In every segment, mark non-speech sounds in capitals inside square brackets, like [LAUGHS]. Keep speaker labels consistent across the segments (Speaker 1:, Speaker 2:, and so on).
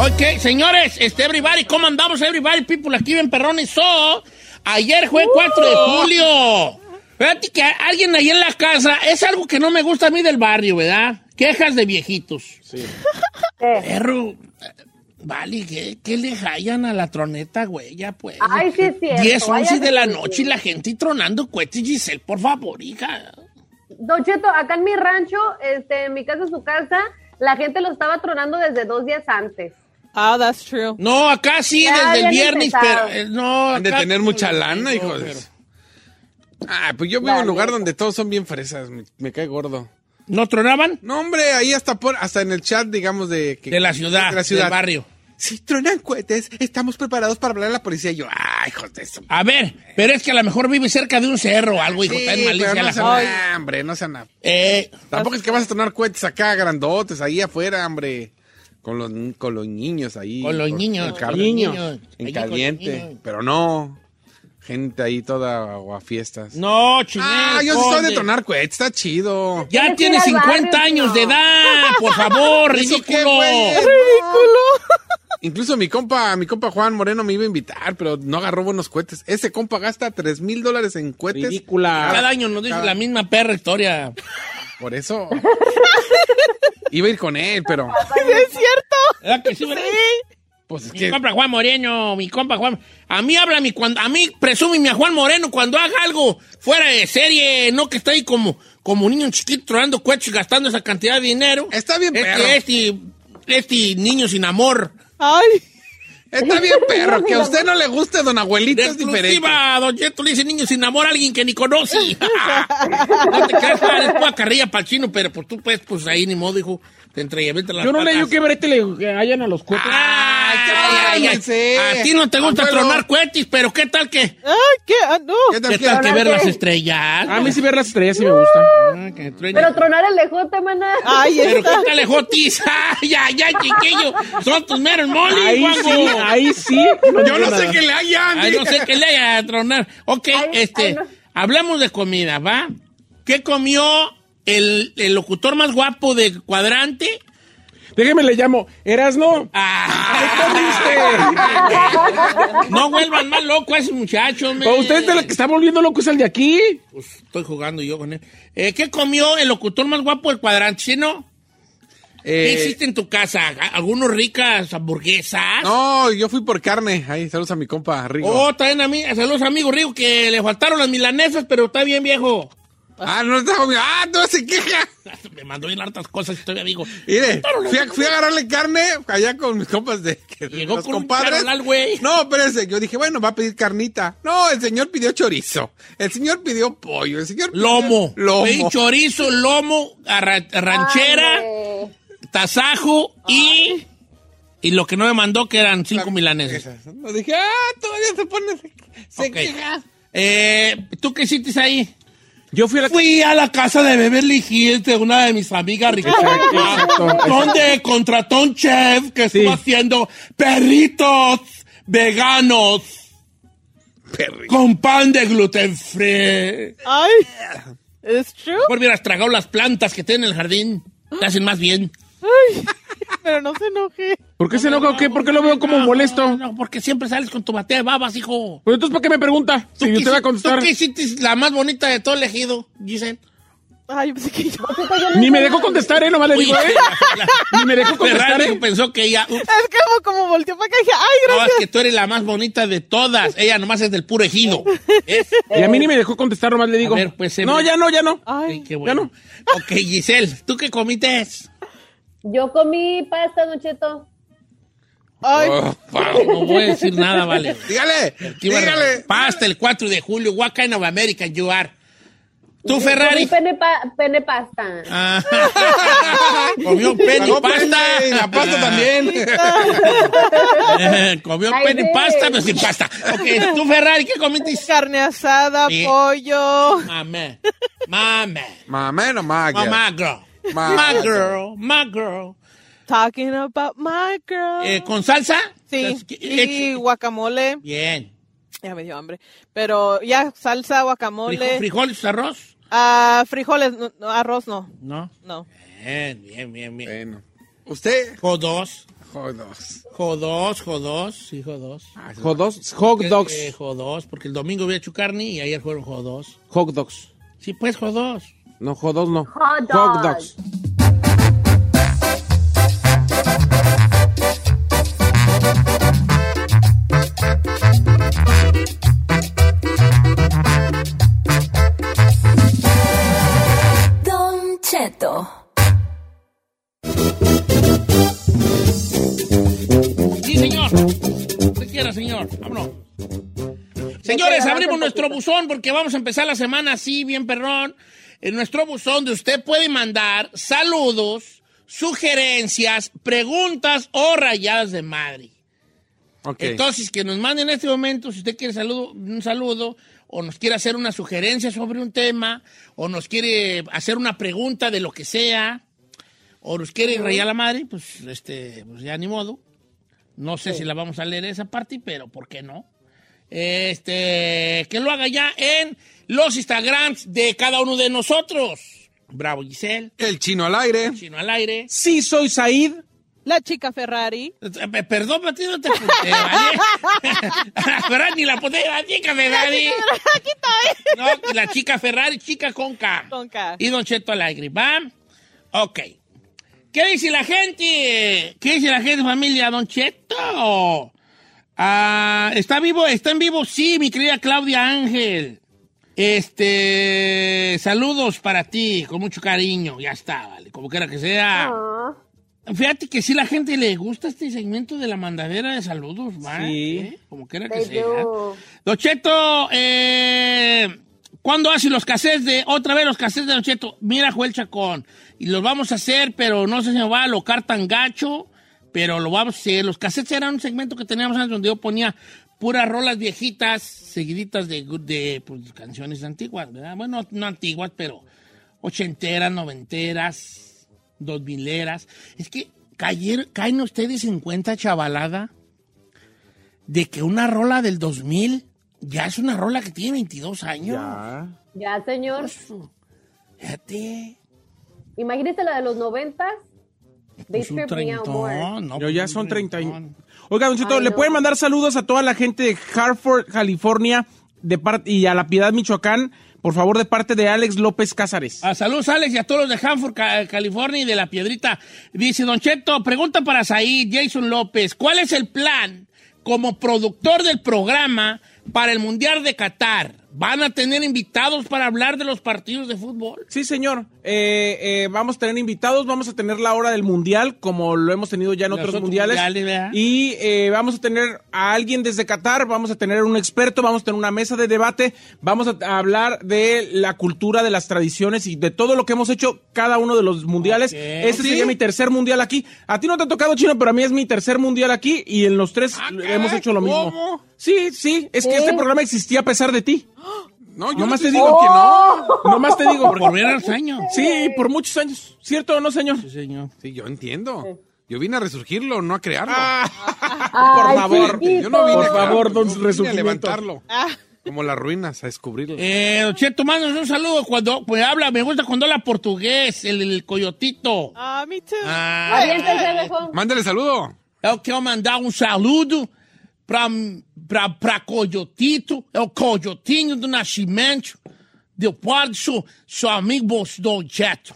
Speaker 1: Ok, señores, este everybody, ¿cómo andamos everybody people aquí en Perrones? So, ayer fue
Speaker 2: Uh.
Speaker 1: 4 de julio. Fíjate que alguien ahí en la casa, es algo que no me gusta a mí del barrio, ¿verdad? Quejas de viejitos. [LAUGHS] Sí. Perro, eh, vale, ¿qué, qué le hallan a la troneta, güey? Ya pues.
Speaker 2: Ay, sí es cierto.
Speaker 1: 10, 11
Speaker 2: váyase
Speaker 1: de la
Speaker 2: con-
Speaker 1: noche y la gente y tronando cohetes, Giselle, por favor, hija.
Speaker 2: Don Cheto, acá en mi rancho, este, en mi casa, su casa, la gente lo estaba tronando desde dos días antes.
Speaker 3: Oh, that's true.
Speaker 1: No, acá sí,
Speaker 2: Ya
Speaker 1: desde el
Speaker 2: habían
Speaker 1: viernes,
Speaker 2: empezado.
Speaker 1: pero eh, no.
Speaker 4: Han de
Speaker 1: acá-
Speaker 4: tener mucha lana,
Speaker 1: No,
Speaker 4: hijo de...
Speaker 1: pero-
Speaker 4: Ah, pues yo vivo en un lugar donde todos son bien fresas. Me, me cae gordo.
Speaker 1: ¿No tronaban?
Speaker 4: No, hombre, ahí hasta por, hasta en el chat, digamos, de... que-
Speaker 1: De la ciudad,
Speaker 4: de la ciudad.
Speaker 1: del barrio.
Speaker 4: Si tronan cohetes, estamos preparados para hablar a la policía. Y yo, ah, hijos de eso.
Speaker 1: A ver, pero es que a lo mejor vive cerca de un cerro o algo, hijo.
Speaker 4: Sí,
Speaker 1: está en Malicia
Speaker 4: pero no
Speaker 1: la
Speaker 4: sean-
Speaker 1: joven.
Speaker 4: ah, hombre, no sean... a-
Speaker 1: Eh,
Speaker 4: Tampoco es que vas a tronar cohetes acá, grandotes, ahí afuera, hombre. Con los, con los niños ahí.
Speaker 1: Con los niños,
Speaker 4: en
Speaker 1: con
Speaker 4: cal-
Speaker 1: los niños.
Speaker 4: En
Speaker 1: Allí con los
Speaker 4: caliente.
Speaker 1: niños.
Speaker 4: Pero no. Gente ahí toda a fiestas.
Speaker 1: no, chingón.
Speaker 4: Ah, yo sí soy de tronar cohetes, está chido.
Speaker 1: Ya
Speaker 2: Tienes que
Speaker 1: tiene
Speaker 2: ir al
Speaker 1: 50
Speaker 2: barrio,
Speaker 1: años
Speaker 2: tío.
Speaker 1: de edad, [LAUGHS] por favor,
Speaker 4: ¿Eso qué,
Speaker 1: ridículo.
Speaker 4: güey? ¡Ridículo! [LAUGHS] Incluso mi compa, mi compa Juan Moreno me iba a invitar, pero no agarró buenos cohetes. Ese compa gasta 3 mil dólares en cohetes.
Speaker 5: Ridícula.
Speaker 1: Cada año nos dice la misma perra historia.
Speaker 4: Por eso. iba a ir con él, pero.
Speaker 3: ¿Es cierto?
Speaker 1: ¿Verdad que sí, verdad?
Speaker 4: Pues es
Speaker 1: Mi
Speaker 4: que.
Speaker 1: compa Juan Moreno, mi compa Juan. A mí habla mi cuando, a mí presúmeme a Juan Moreno cuando haga algo fuera de serie, no que está ahí como, como un niño chiquito tronando cohetes y gastando esa cantidad de dinero.
Speaker 4: Está bien, perro.
Speaker 1: Este, este, este niño sin amor.
Speaker 3: Ay.
Speaker 4: Está bien, perro. Que a usted no le guste, don abuelito, es diferente.
Speaker 1: Exclusiva, Don Cheto le dice niño sin amor a alguien que ni conoce. no te creas, pa, es pura carrilla para el chino, pero pues tú pues, pues ahí ni modo, hijo. Te entregué las
Speaker 5: Yo no leí
Speaker 1: patas. Ah,
Speaker 5: que brete le que hayan a los cohetes.
Speaker 1: Ay,
Speaker 4: qué
Speaker 1: ay, ay,
Speaker 4: bárbaro,
Speaker 1: ay. A ti no te gusta
Speaker 4: Abuelo.
Speaker 1: tronar cohetes, pero ¿qué tal que,
Speaker 3: Ay, qué. Ah, no.
Speaker 4: ¿Qué tal
Speaker 1: qué
Speaker 4: que-
Speaker 1: tal que ver
Speaker 2: ¿Qué?
Speaker 1: las estrellas?
Speaker 5: A mí sí ver las estrellas sí me gusta.
Speaker 1: Ah, que truene.
Speaker 2: Pero tronar el lejote, maná. [LAUGHS]
Speaker 3: Ay,
Speaker 1: Pero
Speaker 3: está.
Speaker 1: ¿qué tal, Jotis? [LAUGHS] Ay, ay, ay, chiquillo. Son tus meros moles,
Speaker 5: Ahí
Speaker 1: guango.
Speaker 5: sí, ahí sí.
Speaker 4: Yo no
Speaker 5: digo
Speaker 4: sé
Speaker 5: nada.
Speaker 4: qué le hayan.
Speaker 1: Ay, no sé [LAUGHS] qué le haya a tronar. Ok,
Speaker 2: Ay,
Speaker 1: este,
Speaker 2: ay, no.
Speaker 1: hablamos de comida, ¿va? ¿Qué comió el, el locutor más guapo de Cuadrante? Ah.
Speaker 5: Déjeme le llamo. Erasno.
Speaker 1: [LAUGHS]
Speaker 5: ¿Qué
Speaker 1: No vuelvan más loco a ese muchacho, me.
Speaker 5: comiste? ¿O usted es de los que está volviendo loco es el de aquí?
Speaker 1: Pues, estoy jugando yo con él. Eh, ¿Qué comió el locutor más guapo del Cuadrante, chino? ¿Qué
Speaker 4: Eh,
Speaker 1: hiciste en tu casa? ¿A- ¿Algunos ricas hamburguesas?
Speaker 4: no, yo fui por carne. Ahí, saludos a mi compa, Rigo.
Speaker 1: Oh, también a mí, saludos amigos Rigo, que le faltaron las milanesas, pero está bien viejo.
Speaker 4: Ah, no está conmigo. Ah, no se queja.
Speaker 1: Me mandó bien hartas cosas, todavía digo.
Speaker 4: Mire, fui a, fui a agarrarle carne allá con mis compas de que-
Speaker 1: Llegó
Speaker 4: los
Speaker 1: con un
Speaker 4: compadres.
Speaker 1: charolal, güey.
Speaker 4: No, espérense, yo dije, bueno, va a pedir carnita. No, el señor pidió chorizo. El señor pidió pollo. El señor pidió
Speaker 1: Lomo.
Speaker 4: Lomo.
Speaker 1: Pedí chorizo, lomo, arra- ranchera,
Speaker 2: Hombre.
Speaker 1: tasajo y. Y lo que no me mandó, que eran cinco milaneses.
Speaker 4: Esas. No dije, ah, todavía se pone. Se, se
Speaker 1: Ok.
Speaker 4: queja.
Speaker 1: Eh, ¿Tú qué hiciste ahí?
Speaker 5: Yo fui a la.
Speaker 1: Fui a la casa de Beverly Hills de una de mis amigas ricas.
Speaker 5: exacto, exacto.
Speaker 1: Donde contrató un chef que estuvo haciendo perritos veganos.
Speaker 4: Perri.
Speaker 1: con pan de gluten free.
Speaker 3: Ay. ¿Es true?
Speaker 1: Mejor hubieras tragado las plantas que tienen en el jardín. Te hacen más bien.
Speaker 3: Ay. [LAUGHS] Pero no se enoje.
Speaker 5: ¿Por qué se enoja o qué? ¿Por qué lo veo como
Speaker 1: No,
Speaker 5: molesto?
Speaker 1: no, porque siempre sales con tu batea de babas, hijo.
Speaker 5: Pues entonces, ¿para qué me pregunta? Si
Speaker 1: ¿Tú
Speaker 5: yo
Speaker 1: qué
Speaker 5: te voy a
Speaker 1: hici-
Speaker 5: contestar.
Speaker 1: ¿Tú qué hiciste la más bonita de todo el ejido, Giselle?
Speaker 3: Ay, yo pensé que yo.
Speaker 5: Ni me dejó contestar, ¿eh? Nomás le
Speaker 1: [LAUGHS]
Speaker 5: digo, ¿eh? Ni me dejó contestar,
Speaker 1: Ferrari
Speaker 5: ¿eh?
Speaker 1: pensó que ella. uh,
Speaker 3: Es como, como volteó para acá y dije, ay,
Speaker 1: No, es
Speaker 3: gracias.
Speaker 1: que tú eres la más bonita de todas. Ella nomás es del puro ejido. ¿Es?
Speaker 5: Y a mí ni me dejó contestar, nomás le digo.
Speaker 1: A ver, pues, se
Speaker 5: no,
Speaker 1: ve.
Speaker 5: ya no, ya no.
Speaker 1: Ay,
Speaker 3: Ay,
Speaker 1: qué bueno. Ok, Giselle, ¿tú qué comiste?
Speaker 2: Yo comí pasta, Don Cheto.
Speaker 3: ay.
Speaker 1: Oh, wow, no voy a decir nada, vale.
Speaker 4: Dígale,
Speaker 1: Aquí va-
Speaker 4: dígale.
Speaker 1: Pasta el 4 de julio. What kind of American you are? ¿Tú,
Speaker 2: Comí
Speaker 1: Ferrari?
Speaker 2: pene, pa- pene
Speaker 1: [LAUGHS]
Speaker 2: pasta.
Speaker 4: [LAUGHS]
Speaker 1: Ah, Comió un pene y
Speaker 4: Pagó pene
Speaker 1: pasta.
Speaker 4: y La pasta también.
Speaker 1: Eh, [LAUGHS] Comió un
Speaker 2: Ay,
Speaker 1: pene y
Speaker 2: sí.
Speaker 1: pasta, pero sin pasta. Ok, ¿tú, Ferrari, qué comiste?
Speaker 3: Carne asada,
Speaker 1: Sí. Ah,
Speaker 3: pollo.
Speaker 1: Mamá. Mamá.
Speaker 4: Mamá, no magia.
Speaker 1: Mamá, girl.
Speaker 4: Ma-
Speaker 1: Mamá, girl. Ma girl.
Speaker 3: Talking about my girl.
Speaker 1: Eh, ¿Con salsa?
Speaker 3: sí,
Speaker 1: Las-
Speaker 3: y guacamole.
Speaker 1: Bien.
Speaker 3: Ya me dio hambre. Pero ya, salsa,
Speaker 1: Frijo-
Speaker 3: guacamole.
Speaker 1: ¿Frijoles, arroz?
Speaker 3: Ah, frijoles, no, no, arroz no.
Speaker 1: No.
Speaker 3: No.
Speaker 1: Bien, bien, bien, bien.
Speaker 4: Bueno. Usted,
Speaker 1: Jodos.
Speaker 4: jodos.
Speaker 1: Jodos, jodos. Sí, jodos.
Speaker 4: Ah,
Speaker 5: Jodos, hot dogs,
Speaker 1: Eh, jodos, porque el domingo había chucarni y ayer fueron jodos.
Speaker 5: hot dogs.
Speaker 1: Sí, pues jodos.
Speaker 5: No, jodos no.
Speaker 2: Hot
Speaker 5: Hot
Speaker 2: dogs.
Speaker 5: dogs.
Speaker 6: Don Cheto.
Speaker 1: Sí, señor. Usted quiera, señor. Vámonos. Señores, abrimos nuestro buzón porque vamos a empezar la semana así, bien perrón. En nuestro buzón de usted puede mandar saludos, sugerencias, preguntas o rayadas de madre.
Speaker 4: Ok.
Speaker 1: Entonces, que nos mande en este momento, si usted quiere saludo, un saludo, o nos quiere hacer una sugerencia sobre un tema, o nos quiere hacer una pregunta de lo que sea, o nos quiere rayar la madre, pues, este, pues ya ni modo. No sé si la vamos a leer esa parte, pero ¿por qué no? Este, que lo haga ya en los Instagrams de cada uno de nosotros. Bravo, Giselle.
Speaker 4: El chino al aire.
Speaker 1: Chino al aire.
Speaker 5: Sí, soy Said.
Speaker 3: La chica Ferrari.
Speaker 1: Eh, pe- Perdón, pero a ti no te apunté, ¿vale? [LAUGHS] Ferrari, ni la apunté, la
Speaker 3: [LAUGHS]
Speaker 1: chica Ferrari. No, la chica Ferrari, chica con K.
Speaker 3: Con K.
Speaker 1: Y Don Cheto Alegre, ¿va? Ok. ¿Qué dice la gente? ¿Qué dice la gente, familia? Don Cheto. Ah, ¿Está vivo? ¿Está en vivo? Sí, mi querida Claudia Ángel. Este, saludos para ti, con mucho cariño. Ya está, vale, como quiera que sea.
Speaker 2: Ah.
Speaker 1: Fíjate que sí la gente le gusta este segmento de la mandadera de saludos, ¿va?
Speaker 5: Sí.
Speaker 1: ¿Eh? Como quiera que
Speaker 3: Pues
Speaker 2: They
Speaker 1: sea.
Speaker 2: do.
Speaker 1: Docheto, eh, ¿cuándo hace los cassettes de, otra vez los cassettes de Docheto? Mira, Joel Chacón, y los vamos a hacer, pero no sé si me va a alocar tan gacho, pero lo vamos a hacer. Los cassettes eran un segmento que teníamos antes donde yo ponía puras rolas viejitas, seguiditas de, de pues, canciones antiguas, ¿verdad? Bueno, no antiguas, pero ochenteras, noventeras, dos mileras. Es que cayer- caen ustedes en cuenta, chavalada, de que una rola del 2000 ya es una rola que tiene 22 años.
Speaker 2: Ya, señor.
Speaker 1: Fíjate.
Speaker 2: Imagínese la de los noventas. They
Speaker 1: Es Pues un
Speaker 2: trip me out more.
Speaker 1: treintón. No,
Speaker 5: Yo ya
Speaker 1: pues,
Speaker 5: son
Speaker 1: un
Speaker 5: 30.
Speaker 1: treintón.
Speaker 5: Oiga, Don Cheto,
Speaker 2: Ay,
Speaker 5: ¿le
Speaker 2: no.
Speaker 5: pueden mandar saludos a toda la gente de Hartford, California de parte y a La Piedad, Michoacán? Por favor, de parte de Alex López Cázares.
Speaker 1: A saludos, Alex, y a todos los de Hanford, Ca- California y de La Piedrita. Dice Don Cheto, pregunta para Said, Jason López, ¿cuál es el plan como productor del programa para el Mundial de Qatar? ¿Van a tener invitados para hablar de los partidos de fútbol?
Speaker 5: Sí, señor. Eh, eh, vamos a tener invitados, vamos a tener la hora del mundial, como lo hemos tenido ya en
Speaker 1: Los
Speaker 5: otros,
Speaker 1: otros
Speaker 5: mundiales.
Speaker 1: mundiales, ¿verdad?
Speaker 5: y eh, vamos a tener a alguien desde Qatar, vamos a tener un experto, vamos a tener una mesa de debate, vamos a, a hablar de la cultura, de las tradiciones y de todo lo que hemos hecho cada uno de los mundiales.
Speaker 1: Ok.
Speaker 5: Este sería mi tercer mundial aquí. A ti no te ha tocado chino, pero a mí es mi tercer mundial aquí y en los tres
Speaker 4: Ah, caray,
Speaker 5: hemos hecho lo mismo.
Speaker 4: ¿cómo?
Speaker 5: Sí, sí, es que este programa existía a pesar de ti.
Speaker 4: No, yo
Speaker 5: Nomás
Speaker 4: no
Speaker 5: te
Speaker 4: estoy
Speaker 5: digo
Speaker 4: diciendo
Speaker 5: que no. Nomás te digo.
Speaker 1: Por ver al año.
Speaker 5: Sí, por muchos años. ¿Cierto o no, señor?
Speaker 1: Sí, señor.
Speaker 4: Sí, yo entiendo. Yo vine a resurgirlo, no a crearlo.
Speaker 2: Ah. Ay,
Speaker 5: favor,
Speaker 2: chiquito.
Speaker 4: yo no vine
Speaker 5: Por
Speaker 4: a
Speaker 5: favor,
Speaker 4: crearlo,
Speaker 5: don
Speaker 4: yo vine a
Speaker 5: resurgimiento.
Speaker 4: levantarlo.
Speaker 2: Ah.
Speaker 4: Como las ruinas, a
Speaker 5: [LAUGHS]
Speaker 4: descubrirlo.
Speaker 1: Eh, Don Cheto, mándanos un saludo cuando pues, habla, me gusta cuando habla portugués, el, el coyotito.
Speaker 3: Ah, me too.
Speaker 1: Ah,
Speaker 2: Aviéntese, viejo.
Speaker 4: Mándale saludo.
Speaker 1: Eu quero mandar um saludo pra, pra, pra Coyotito, é o Coyotinho do Nascimento, de Pancho, su amigo Don Cheto.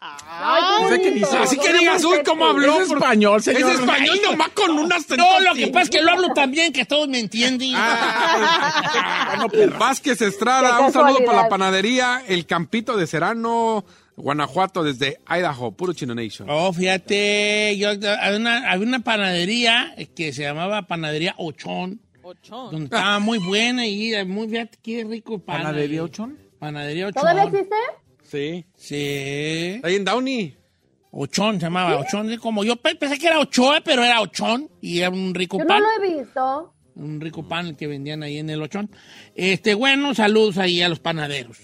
Speaker 2: Ay, qué bonito.
Speaker 4: Así que digas, uy, cómo habló.
Speaker 5: Es español, señor.
Speaker 4: Es español nomás con unas
Speaker 1: No, lo que pasa es que lo hablo también, que todos me entienden.
Speaker 4: Ah.
Speaker 1: Ah,
Speaker 4: Vázquez Estrada,
Speaker 2: Qué
Speaker 4: un saludo para la
Speaker 2: casualidad.
Speaker 4: panadería, el campito de Serano, Guanajuato, desde Idaho, puro Chino Nation.
Speaker 1: Oh, fíjate, yo, había, una, había una panadería que se llamaba Panadería Ochón,
Speaker 3: Ochón.
Speaker 1: donde estaba muy buena y era muy, fíjate, qué rico pan.
Speaker 5: ¿Panadería Ochón?
Speaker 1: Panadería Ochón.
Speaker 2: ¿Todavía existe?
Speaker 5: Sí.
Speaker 1: Sí.
Speaker 4: Ahí en Downey.
Speaker 1: Ochón se llamaba, Ochón. es Como yo pe- pensé que era Ochoa, pero era Ochón y era un rico
Speaker 2: Yo no
Speaker 1: pan.
Speaker 2: lo he visto.
Speaker 1: Un rico pan que vendían ahí en el Ochón. Este, bueno, saludos ahí a los panaderos.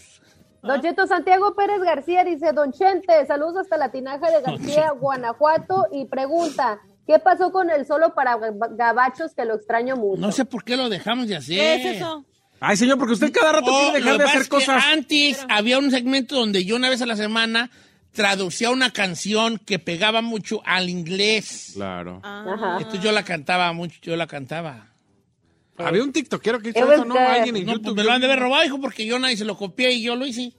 Speaker 2: Don
Speaker 1: Ah.
Speaker 2: Cheto Santiago Pérez García dice, Don Chente, saludos hasta la tinaja de García, Guanajuato, y pregunta, ¿qué pasó con el solo para gab- gabachos que lo extraño mucho?
Speaker 1: No sé por qué lo dejamos de hacer.
Speaker 3: ¿Qué es eso?
Speaker 5: Ay, señor, porque usted cada rato
Speaker 1: Oh,
Speaker 5: quiere
Speaker 1: lo
Speaker 5: dejar de
Speaker 1: que pasa
Speaker 5: hacer
Speaker 1: es que
Speaker 5: cosas.
Speaker 1: Antes había un segmento donde yo una vez a la semana traducía una canción que pegaba mucho al inglés.
Speaker 4: Claro.
Speaker 2: Ajá.
Speaker 1: Entonces yo la cantaba mucho, yo la cantaba.
Speaker 4: Había un TikTokero que hizo eso, ¿no?
Speaker 2: este
Speaker 4: Alguien en
Speaker 1: No, pues
Speaker 4: YouTube.
Speaker 1: me lo han de haber robado, hijo, porque yo nadie se lo copié y yo lo
Speaker 4: [LAUGHS]
Speaker 1: hice.